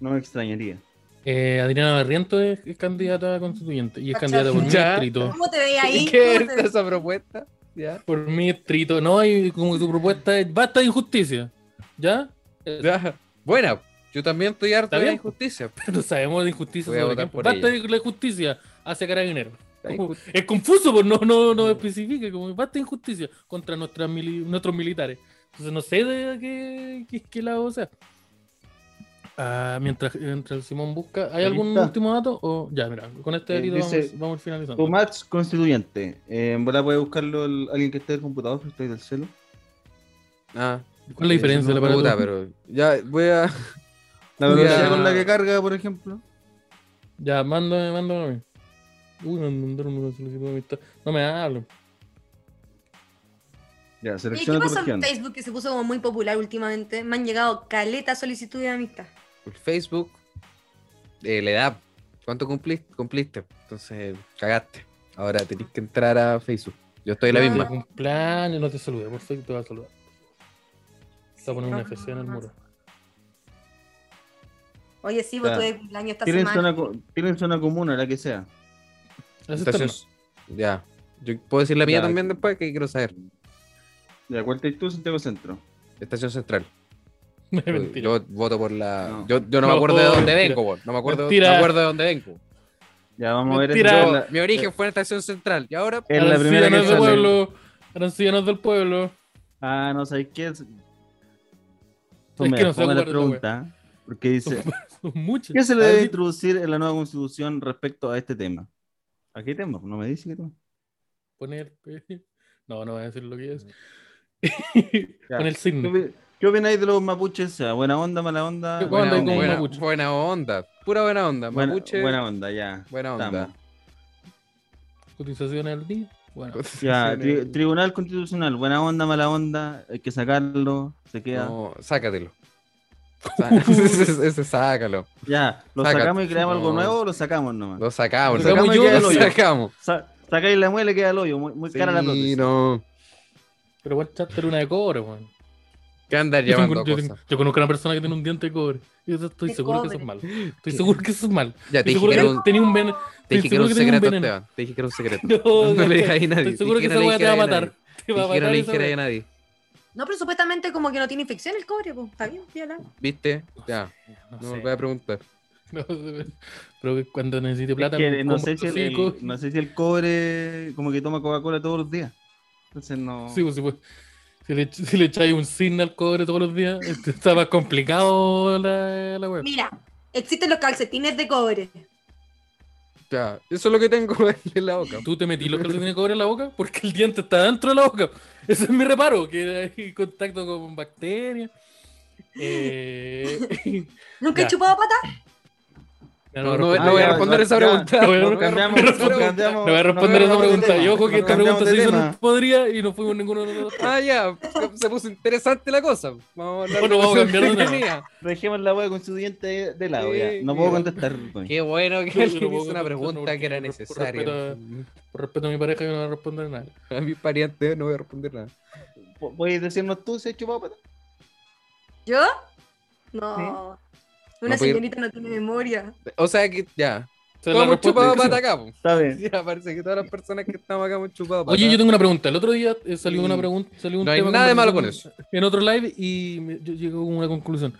S1: No me extrañaría.
S4: Eh, Adriana Barrientos es, es candidata a constituyente y es
S3: ¿Cachai?
S4: candidata por mi
S2: Ya.
S4: distrito.
S3: ¿Cómo te veía ahí?
S2: ¿Qué
S3: ¿Cómo te
S2: es esa propuesta? Ya.
S4: Por mi distrito, no, y como que su propuesta es basta de injusticia. ¿Ya?
S2: ya. Buena. Yo también estoy harto
S4: Está
S2: de la
S4: bien.
S2: injusticia.
S4: Pero sabemos de injusticia.
S2: Voy a
S4: sobre
S2: votar
S4: qué.
S2: por
S4: basta
S2: ella.
S4: de la injusticia hacia carabineros.
S2: La
S4: Como-
S2: injusticia.
S4: Es confuso, pues no, no, no especifica, como basta de injusticia contra nuestras mili- nuestros militares. Entonces no sé de qué, qué, qué lado sea. Ah, mientras, mientras el Simón busca, ¿hay
S1: Ahí
S4: algún
S1: está.
S4: último dato? O, ya, mira, con este
S1: Eh,
S4: delito
S1: dice-
S4: vamos, vamos finalizando.
S1: Tu match constituyente. Eh, en verdad puede buscarlo el- alguien que esté del computador, pero estoy del celu.
S2: Ah,
S4: ¿Cuál es la diferencia? del
S2: puta,
S4: aparato?
S2: pero ya voy a.
S1: La
S2: Ya.
S1: velocidad con la que carga, por ejemplo.
S4: Ya, mándame, mándame a mí. Uy, me mandaron una solicitud de amistad. No me hablen.
S1: Ya,
S3: ¿Y qué
S1: selecciona tu
S3: pasó en
S1: región.
S3: Facebook que se puso como muy popular últimamente? Me han llegado caleta solicitud de amistad.
S2: por Facebook. eh, la edad. ¿Cuánto cumpliste? Cumpliste. Entonces, cagaste. Ahora tenés que entrar a Facebook. Yo estoy la
S3: Ah.
S2: misma.
S4: Cumpleaños, no te saludé, por favor, te voy a saludar. Te voy a poner
S3: Sí,
S4: una
S3: no,
S4: FC en el
S3: no,
S4: muro.
S3: Oye, sí, vos
S1: Ya.
S3: tuve cumpleaños esta
S1: Tienen
S3: semana.
S1: zona, co- tienen zona común, la que sea.
S4: La cisterna.
S2: Estación- Ya. Yo puedo decir la mía
S1: Ya.
S2: también después, que quiero saber.
S1: Ya, ¿cuál te tú, Santiago Centro?
S2: Estación Central.
S4: Mentira.
S2: pues, Yo voto por la.
S1: No.
S2: Yo, yo no, me
S4: No,
S2: acuerdo de dónde
S4: mentira.
S2: vengo, weón. No me acuerdo, no
S4: Mentira.
S2: me acuerdo de dónde vengo.
S1: Ya, vamos a ver.
S4: Mentira.
S1: entonces,
S2: Yo-
S1: la- Eh,
S2: mi origen fue en Estación Central. Y ahora.
S1: Es la
S4: Arancilla
S1: primera
S4: no
S1: que
S4: es
S1: sale.
S4: del pueblo. Arancilla no es del pueblo.
S1: Ah, no sabes qué es.
S4: Es
S1: Tome,
S4: que no sé
S1: ponme la
S4: ocupar esta wea.
S1: pregunta. Porque dice:
S4: Son muchas.
S1: ¿Qué se le
S4: A
S1: debe
S4: ver,
S1: introducir en la nueva constitución respecto a este tema? ¿A qué tema? No me dice qué tema.
S4: Poner. No, no voy a decir lo que es.
S1: Ya.
S4: Con el signo.
S1: ¿Qué, opi- ¿Qué opináis de los mapuches? O sea, ¿Buena onda, mala onda?
S4: Qué
S2: Buena,
S4: onda,
S2: onda,
S4: como
S2: buena-
S4: mapuche.
S2: buena onda, pura buena onda.
S1: Buena,
S2: Mapuche, buena,
S1: buena onda, ya.
S2: onda.
S1: Estamos.
S4: Cotización al día. Bueno,
S2: Pues-
S1: Ya, tri- Tribunal Constitucional, buena onda, mala onda, hay que sacarlo, se queda.
S2: No, sácatelo. Sa- ese, ese- ese sácalo.
S1: Ya, lo
S2: Sácate.
S1: sacamos y creamos algo
S2: No.
S1: nuevo o lo sacamos nomás.
S2: Lo sacamos.
S4: Lo sacamos
S2: Lo sacamos.
S4: yo,
S2: y queda
S1: lo
S2: el hoyo.
S1: yo.
S2: sacamos.
S1: Sa- sacáis la muela y queda el hoyo, muy, muy cara la
S2: Sí,
S1: prótesis.
S2: no.
S4: pero igual chatter una de cobre, weón.
S2: ¿Qué andar
S4: Yo,
S2: llamando
S4: tengo- yo tengo-
S2: cosas?
S4: yo conozco a una persona que tiene un diente de cobre. Yo estoy
S3: De
S4: seguro que eso
S3: cobre.
S4: es malo. Estoy seguro que eso es malo.
S2: Ya te
S4: Estoy
S2: dije
S4: seguro
S2: que era
S4: que
S2: un,
S4: tenía un veneno.
S2: te dije que era un
S4: seguro que tenía
S2: secreto,
S4: un veneno.
S2: Esteban. Te dije que era un secreto.
S4: No,
S2: No le
S4: Gaspar,
S2: digas a nadie.
S4: Estoy seguro
S2: Dije
S4: que
S2: no
S4: esa
S2: le
S4: weá te va
S2: dijeras
S4: a
S2: a
S4: matar. Te va a
S2: Dije que no
S4: matar.
S2: le
S4: esa
S2: dijera a
S4: weá.
S2: nadie.
S3: No, pero supuestamente como que no tiene infección el cobre, pues. Está bien, piola.
S2: ¿Viste? Ya,
S4: No
S2: no me
S4: sé,
S2: voy a preguntar.
S4: no sé, Pero que cuando necesite
S1: Es
S4: plata.
S1: que
S4: me
S1: no,
S4: compro
S1: sé si el,
S4: cinco.
S1: el- no sé si el cobre como que toma Coca-Cola todos los días. Entonces no.
S4: Sí, pues, sí, pues. Si le, si le echáis un signo al cobre todos los días, este, está más complicado la, la web.
S3: Mira, existen los calcetines de cobre.
S2: Ya, eso es lo que tengo en la boca.
S4: Tú te metí los calcetines de cobre en la boca porque el diente está dentro de la boca. Ese es mi reparo, que hay contacto con bacterias. Eh,
S3: ¿Nunca
S4: Ya.
S3: he chupado pata?
S4: no,
S2: No,
S4: no,
S2: no,
S4: respondo-
S2: no voy a
S1: Ah, ya,
S2: responder
S1: ya,
S2: esa
S1: ya.
S2: pregunta.
S4: No voy a-
S2: No voy a
S1: Cambiamos,
S2: responder esa pregunta.
S1: cambiamos,
S4: no voy a responder
S1: no,
S4: esa
S1: no,
S4: pregunta.
S1: tema,
S4: Y ojo que
S1: no,
S4: esta
S1: cambiamos
S4: pregunta
S1: de
S4: se hizo en
S1: tema.
S4: el podría y no fuimos ninguno de nosotros.
S2: Ah, ya, se puso interesante la cosa. Vamos a hablar
S4: Bueno,
S2: de
S4: vamos a cambiar de
S2: cosas
S4: tema.
S2: mías.
S1: Dejemos la hueá con su diente de lado, ya. No puedo
S2: Sí, mira.
S1: contestar. Tony.
S2: Qué bueno
S4: Yo
S2: que
S4: no
S2: alguien hizo
S4: puedo
S2: una
S4: contestar
S2: pregunta
S4: porque
S2: que era
S4: por respeto
S2: necesaria.
S4: Por respeto a mi pareja, yo no voy a responder nada.
S2: A mis parientes no voy a responder nada.
S1: ¿Pu- ¿Puedes decirnos tú si has chupado pata?
S3: ¿Yo? No. Una
S2: No, pues-
S3: señorita no tiene memoria.
S2: O sea que ya,
S4: O sea,
S2: todos
S4: la
S2: hemos
S4: respuesta
S2: chupado
S4: es que sí.
S2: pata acá. po.
S1: Está bien.
S2: Ya parece que todas las personas que estamos acá hemos chupado pata.
S4: Oye, yo tengo una pregunta. El otro día eh, salió una
S2: Mm.
S4: pregunta. Salió un
S2: No hay
S4: tema
S2: nada de malo con
S4: conversación En otro live y me- yo llego a una conclusión.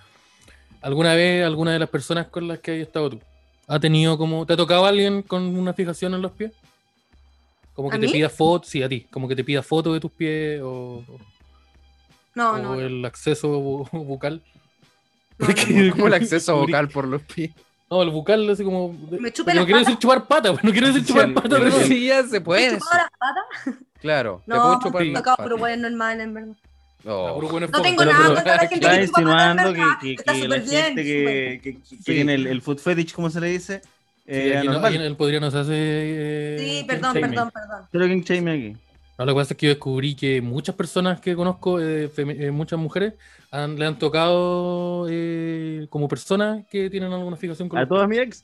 S4: ¿Alguna vez alguna de las personas con las que has estado tú ha tenido como. ¿Te ha tocado alguien con una fijación en los pies? Como
S3: ¿A
S4: que te
S3: mí?
S4: pida fotos, sí, a ti. Como que te pida fotos de tus pies o,
S3: No,
S4: o
S3: no.
S4: el acceso bu- bucal.
S3: no,
S4: Porque-
S3: no,
S2: como el acceso vocal por los pies.
S4: No, el bucal, así como.
S3: Me chupa
S4: porque
S3: las
S4: no quiero decir chupar pata, pues, no quiero decir
S1: Sí,
S4: chupar
S1: el-
S4: pata,
S1: el-
S2: Pero
S4: perdón.
S2: sí, ya se
S3: ¿He
S2: puede.
S3: chupado las patas?
S2: Claro, te puedo
S3: No,
S2: chupar
S3: me
S2: las
S3: he tocado
S2: patas.
S3: por hueá normal, en verdad.
S4: Ah, puro
S2: Oh.
S4: bueno es
S3: No
S4: foto.
S3: tengo
S1: pero-
S3: nada
S1: pero-
S3: contra la
S1: Está
S3: gente que chupa patas, en
S1: insinuando que,
S3: verdad.
S1: que-
S3: Está
S1: que la
S3: súper bien.
S1: gente
S3: súper.
S1: que, que- que tiene el, el food fetish, como se le dice, eh,
S4: Sí, aquí no-
S1: anormal.
S4: aquí en el podría nos hace. eh,
S3: Sí, perdón,
S4: shaming.
S3: perdón, perdón.
S1: Creo que en Chime aquí.
S4: No, lo que pasa es que yo descubrí que muchas personas que conozco, eh, femi- eh, muchas mujeres, han- le han tocado eh, como personas que tienen alguna fijación con
S1: A todas mi ex.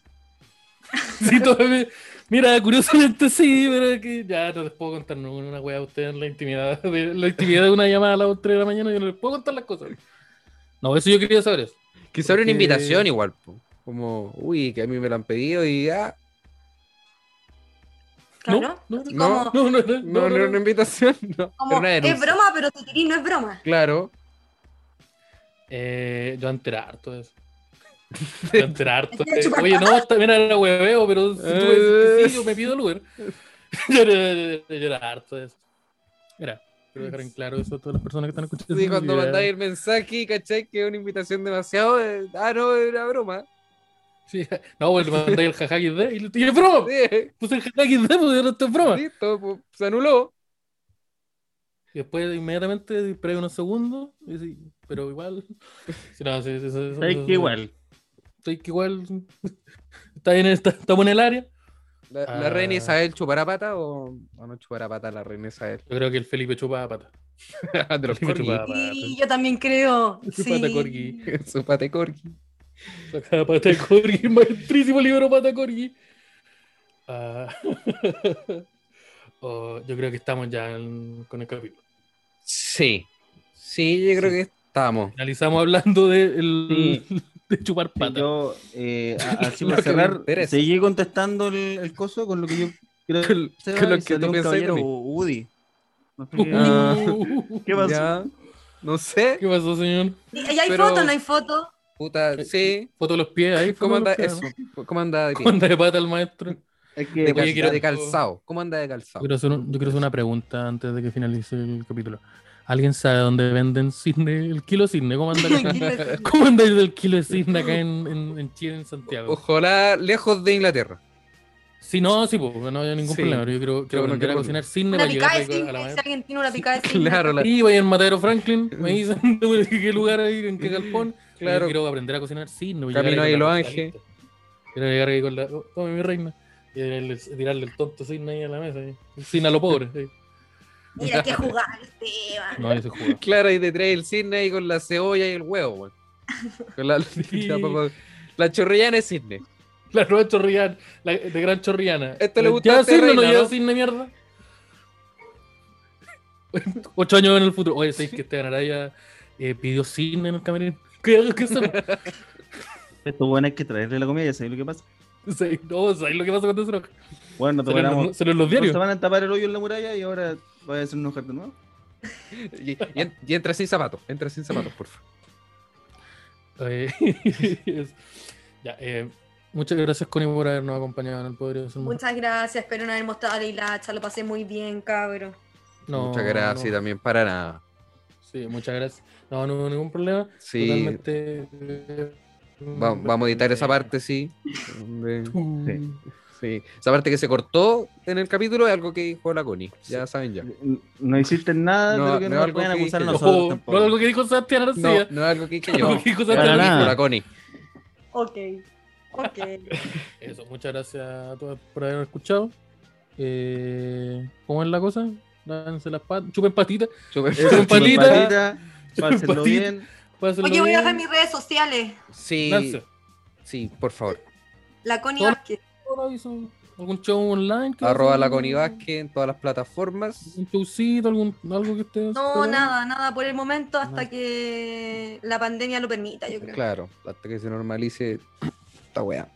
S4: Sí, todavía- Mira, curiosamente sí, pero que ya no les puedo contar ninguna una wea a ustedes en la intimidad, de, la intimidad de una llamada a las 3 de la mañana, yo no les puedo contar las cosas. No, eso yo quería saber eso.
S2: Quizá era una
S4: Porque-
S2: invitación igual. po. Como, uy, que a mí me la han pedido y ah,
S3: Claro.
S4: No,
S3: Así
S4: no, no, no,
S3: como,
S4: no,
S2: no, no,
S4: no,
S2: era
S4: no,
S2: una invitación. No,
S3: como,
S2: era una
S3: es
S2: denuncia.
S3: broma, pero tu tirín no es broma.
S2: Claro,
S4: Eh, yo antes era harto de eso. Yo antes era harto
S3: ¿Te
S4: de
S3: chupas
S4: Oye, no, también era hueveo, pero si tú me dices que sí, yo me pido el Uber. Yo era, yo era harto de eso. Mira, quiero dejar en claro eso a todas las personas que están escuchando.
S2: Sí, cuando
S4: Ya.
S2: mandáis el mensaje, ¿cachai? Que es una invitación demasiado. eh, ah, no, era broma.
S4: Sí, no, pues le mandáis el jaja XD y le dije, broma.
S2: Sí, eh,
S4: Puse el jaja XD porque pues, yo no estoy en broma.
S2: listo, pues, se anuló.
S4: Y después inmediatamente disparé unos segundos, y sí, pero igual. Sí, no, sí, sí, sí, sí,
S1: ¿Sabes
S4: sí,
S1: qué? Igual.
S4: Estoy que igual. Está bien, está- estamos en el área.
S2: ¿La, la
S4: Ah.
S2: reina Isabel chupará pata o, o no chupará pata la reina Isabel? Ah,
S4: Yo creo que el Felipe chupaba pata.
S2: De los
S4: Felipe
S2: corgis.
S4: chupaba pata.
S3: Sí, yo también creo.
S4: Chupa
S3: Sí.
S4: pata corgi.
S2: Su pate corgi.
S4: Sacaba pata de corgi, maestrísimo libro pata corgi. Ah, oh, yo creo que estamos ya en- con el capítulo.
S2: Sí. Sí, yo creo que estamos.
S4: Finalizamos hablando de, el- de chupar
S1: Sí,
S4: pata.
S1: Yo, eh, a- así
S2: Lo
S1: para
S2: que me
S1: cerrar,
S2: interesa.
S1: seguí contestando el, el coso con lo que yo creo
S2: Con-
S1: Seba,
S2: con lo
S1: y
S2: que tú
S1: salió un
S2: pensás de
S1: caballero,
S2: mí.
S1: Woody. No sé qué-
S2: Ah.
S1: ¿Qué pasó?
S2: Ya, No sé.
S4: ¿Qué pasó, señor?
S3: Y ahí hay
S2: Pero-
S3: foto, no hay foto.
S2: Puta, sí.
S4: Foto de los pies ahí. foto
S2: ¿Cómo
S4: de los
S2: anda
S4: pies,
S2: eso? pues,
S4: ¿no?
S2: ¿Cómo anda de pie?
S4: ¿Cómo anda de pata el maestro?
S1: Es que-
S2: De,
S4: Oye,
S2: cal-
S4: quiero-
S2: de calzado. ¿Cómo anda de calzado?
S4: Yo quiero, hacer un- yo quiero hacer una pregunta antes de que finalice el capítulo. ¿Alguien sabe dónde venden cisne? El kilo de cisne, ¿cómo anda acá? ¿Cómo anda el kilo de cisne acá en, en- en Chile, en Santiago?
S2: Ojalá lejos de Inglaterra.
S4: Si no, sí, pues, no había ningún
S2: Sí.
S4: problema. Yo quiero, quiero
S2: no
S4: aprender a
S2: quiero-
S4: cocinar cisne
S3: Una
S4: para llegar
S3: picada de
S4: rico a
S3: cisne,
S4: la
S3: si
S4: mañana.
S3: alguien tiene una picada de cisne.
S2: Claro, la-
S4: Y voy en Matadero Franklin, me dicen de qué lugar ahí, en qué galpón. Claro.
S2: Claro.
S4: Yo quiero aprender a cocinar cisne. voy a
S2: Camino
S4: llegar
S2: a
S4: ahí con la
S2: Hilo Ángel.
S4: lista. Quiero llegar ahí con la. oh, tome mi reina. Y el- el- tirarle el tonto cisne ahí a la mesa. ahí. El Cisne a lo pobre. ahí.
S3: Mira qué jugar, Esteban.
S4: No, ese juego.
S2: Claro, ahí detrás el cisne ahí con la cebolla y el huevo, weón. Con la, la, papa- la chorrillana es cisne.
S4: La nueva chorrillana, la de gran chorrillana.
S2: Esto Este le gusta a
S4: ¿Lleva
S2: usted,
S4: cisne o no
S2: reina,
S4: lleva
S2: ¿no?
S4: cisne, mierda? Ocho años en el futuro. Oye, ¿sabes que Esteban Araya eh, pidió cisne en el camerino? ¿Qué, qué se-
S1: Esto bueno es que traerle la comida, ya sabéis lo que pasa.
S4: se- No, ¿sabes lo que pasa cuando se enoja?
S1: Bueno,
S4: Se lo-
S1: tomáramos.
S4: Se lo en los
S1: Se
S4: diarios.
S1: van a tapar el hoyo en la muralla y ahora va a hacer enojar de nuevo.
S2: Y, y en- y entra sin zapatos, entra sin zapatos, por favor.
S4: Eh, es- ya, eh, muchas gracias, Connie, por habernos acompañado en el Poder
S3: Muchas gracias, espero no haber mostrado la hilacha, lo pasé muy bien, cabro.
S2: Muchas gracias también, para nada.
S4: Sí, muchas gracias. No, no hubo ningún problema.
S2: Sí,
S4: Totalmente. eh,
S2: va- vamos a editar esa parte, sí. Donde-
S4: uh,
S2: Sí. Esa parte que se cortó en el capítulo es algo que dijo la Connie. Ya saben ya.
S1: No hiciste nada
S2: No,
S1: de lo que
S2: no
S1: nos
S2: algo
S1: pueden
S2: que
S1: acusar a
S2: dije.
S1: nosotros
S4: No,
S1: tampoco.
S4: no, algo que dijo Sebastián
S2: No,
S4: Arcilla.
S2: no es algo que dije
S4: No,
S2: yo.
S4: lo que dijo
S2: Ya
S1: Para
S2: lo dijo
S1: nada.
S2: la Connie.
S3: Ok, ok.
S4: Eso, muchas gracias a todos por haber escuchado. Eh, ¿Cómo es la cosa? Lávense las patas, chupen patitas.
S2: Chupen-
S1: Eso,
S4: Chupen
S1: chupen
S4: patita.
S1: patita, pásenlo
S4: patita.
S1: bien.
S4: pásenlo
S3: Oye, voy a
S4: bien,
S3: dejar mis redes sociales.
S2: Sí,
S4: lance.
S2: sí, por favor.
S3: La Connie
S4: Hola.
S3: Vázquez.
S4: Ahora hizo ¿Algún show online? que
S2: Arroba
S4: hacen?
S2: la Connie Vázquez en todas las plataformas.
S4: ¿Un showcito? Algún, ¿Algo que ustedes.?
S3: No, nada, nada por el momento hasta
S4: No.
S3: que la pandemia lo permita, yo creo.
S2: Claro, hasta que se normalice esta weá.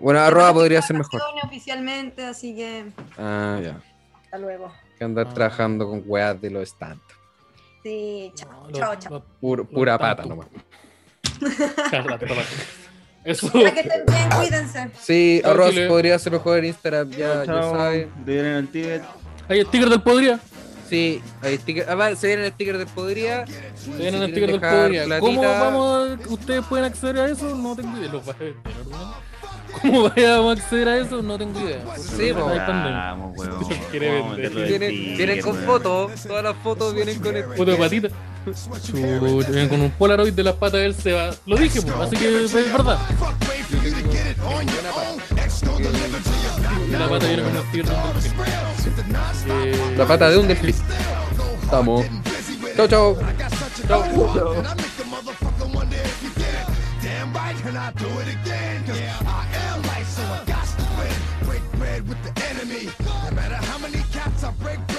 S2: Bueno, arroba podría ser mejor.
S3: Oficialmente, así que
S2: Ah, ya.
S3: hasta luego.
S2: Que andar
S4: Ah.
S2: trabajando con weas de los stand.
S3: Sí, chao.
S4: No,
S3: Chao,
S4: lo-
S3: chao.
S4: lo-
S2: Pur- pura
S4: Los
S2: pata
S4: tantos.
S2: nomás.
S4: Claro, claro. Eso.
S3: Ya que estén bien, cuídense.
S2: Sí,
S4: Chao,
S2: arroba
S4: Chile.
S2: podría ser mejor en Instagram, ya, ya
S1: Chao,
S2: saben.
S1: de bien en el Tíbet.
S4: Hay sticker del Podría.
S2: Sí, hay sticker. Ah, va, se viene el sticker del Podría.
S4: Se viene
S2: Si
S4: el
S2: quieren
S4: sticker del
S2: dejar
S4: Podría. ¿Cómo
S2: platita-
S4: vamos a- ¿Ustedes pueden acceder a eso? No tengo idea. Los bajé, perdón. ¿Cómo vayamos a acceder a eso? No tengo idea. Porque
S2: Sí, pues,
S4: no
S2: po.
S4: hay pandemia.
S1: Vamos, weón.
S4: Quiere
S1: Vamos a
S4: vender.
S1: meterlo de
S2: Vienen,
S1: sticker,
S2: vienen con
S1: weón.
S2: fotos. Todas las fotos vienen con el.
S4: Foto de patita. Chuta, viene con un Polaroid de las patas del Seba. Lo dije, po, así que es verdad. Y la pata viene con un sticker del delfín. Eh,
S2: La pata de un delfín. Estamos. Chao, chao.
S6: And I make the motherfucker wonder if you did it. Damn right, and I do it again. Cause I am life, so I got to win. Break bread with the enemy. No matter how many cats I break bread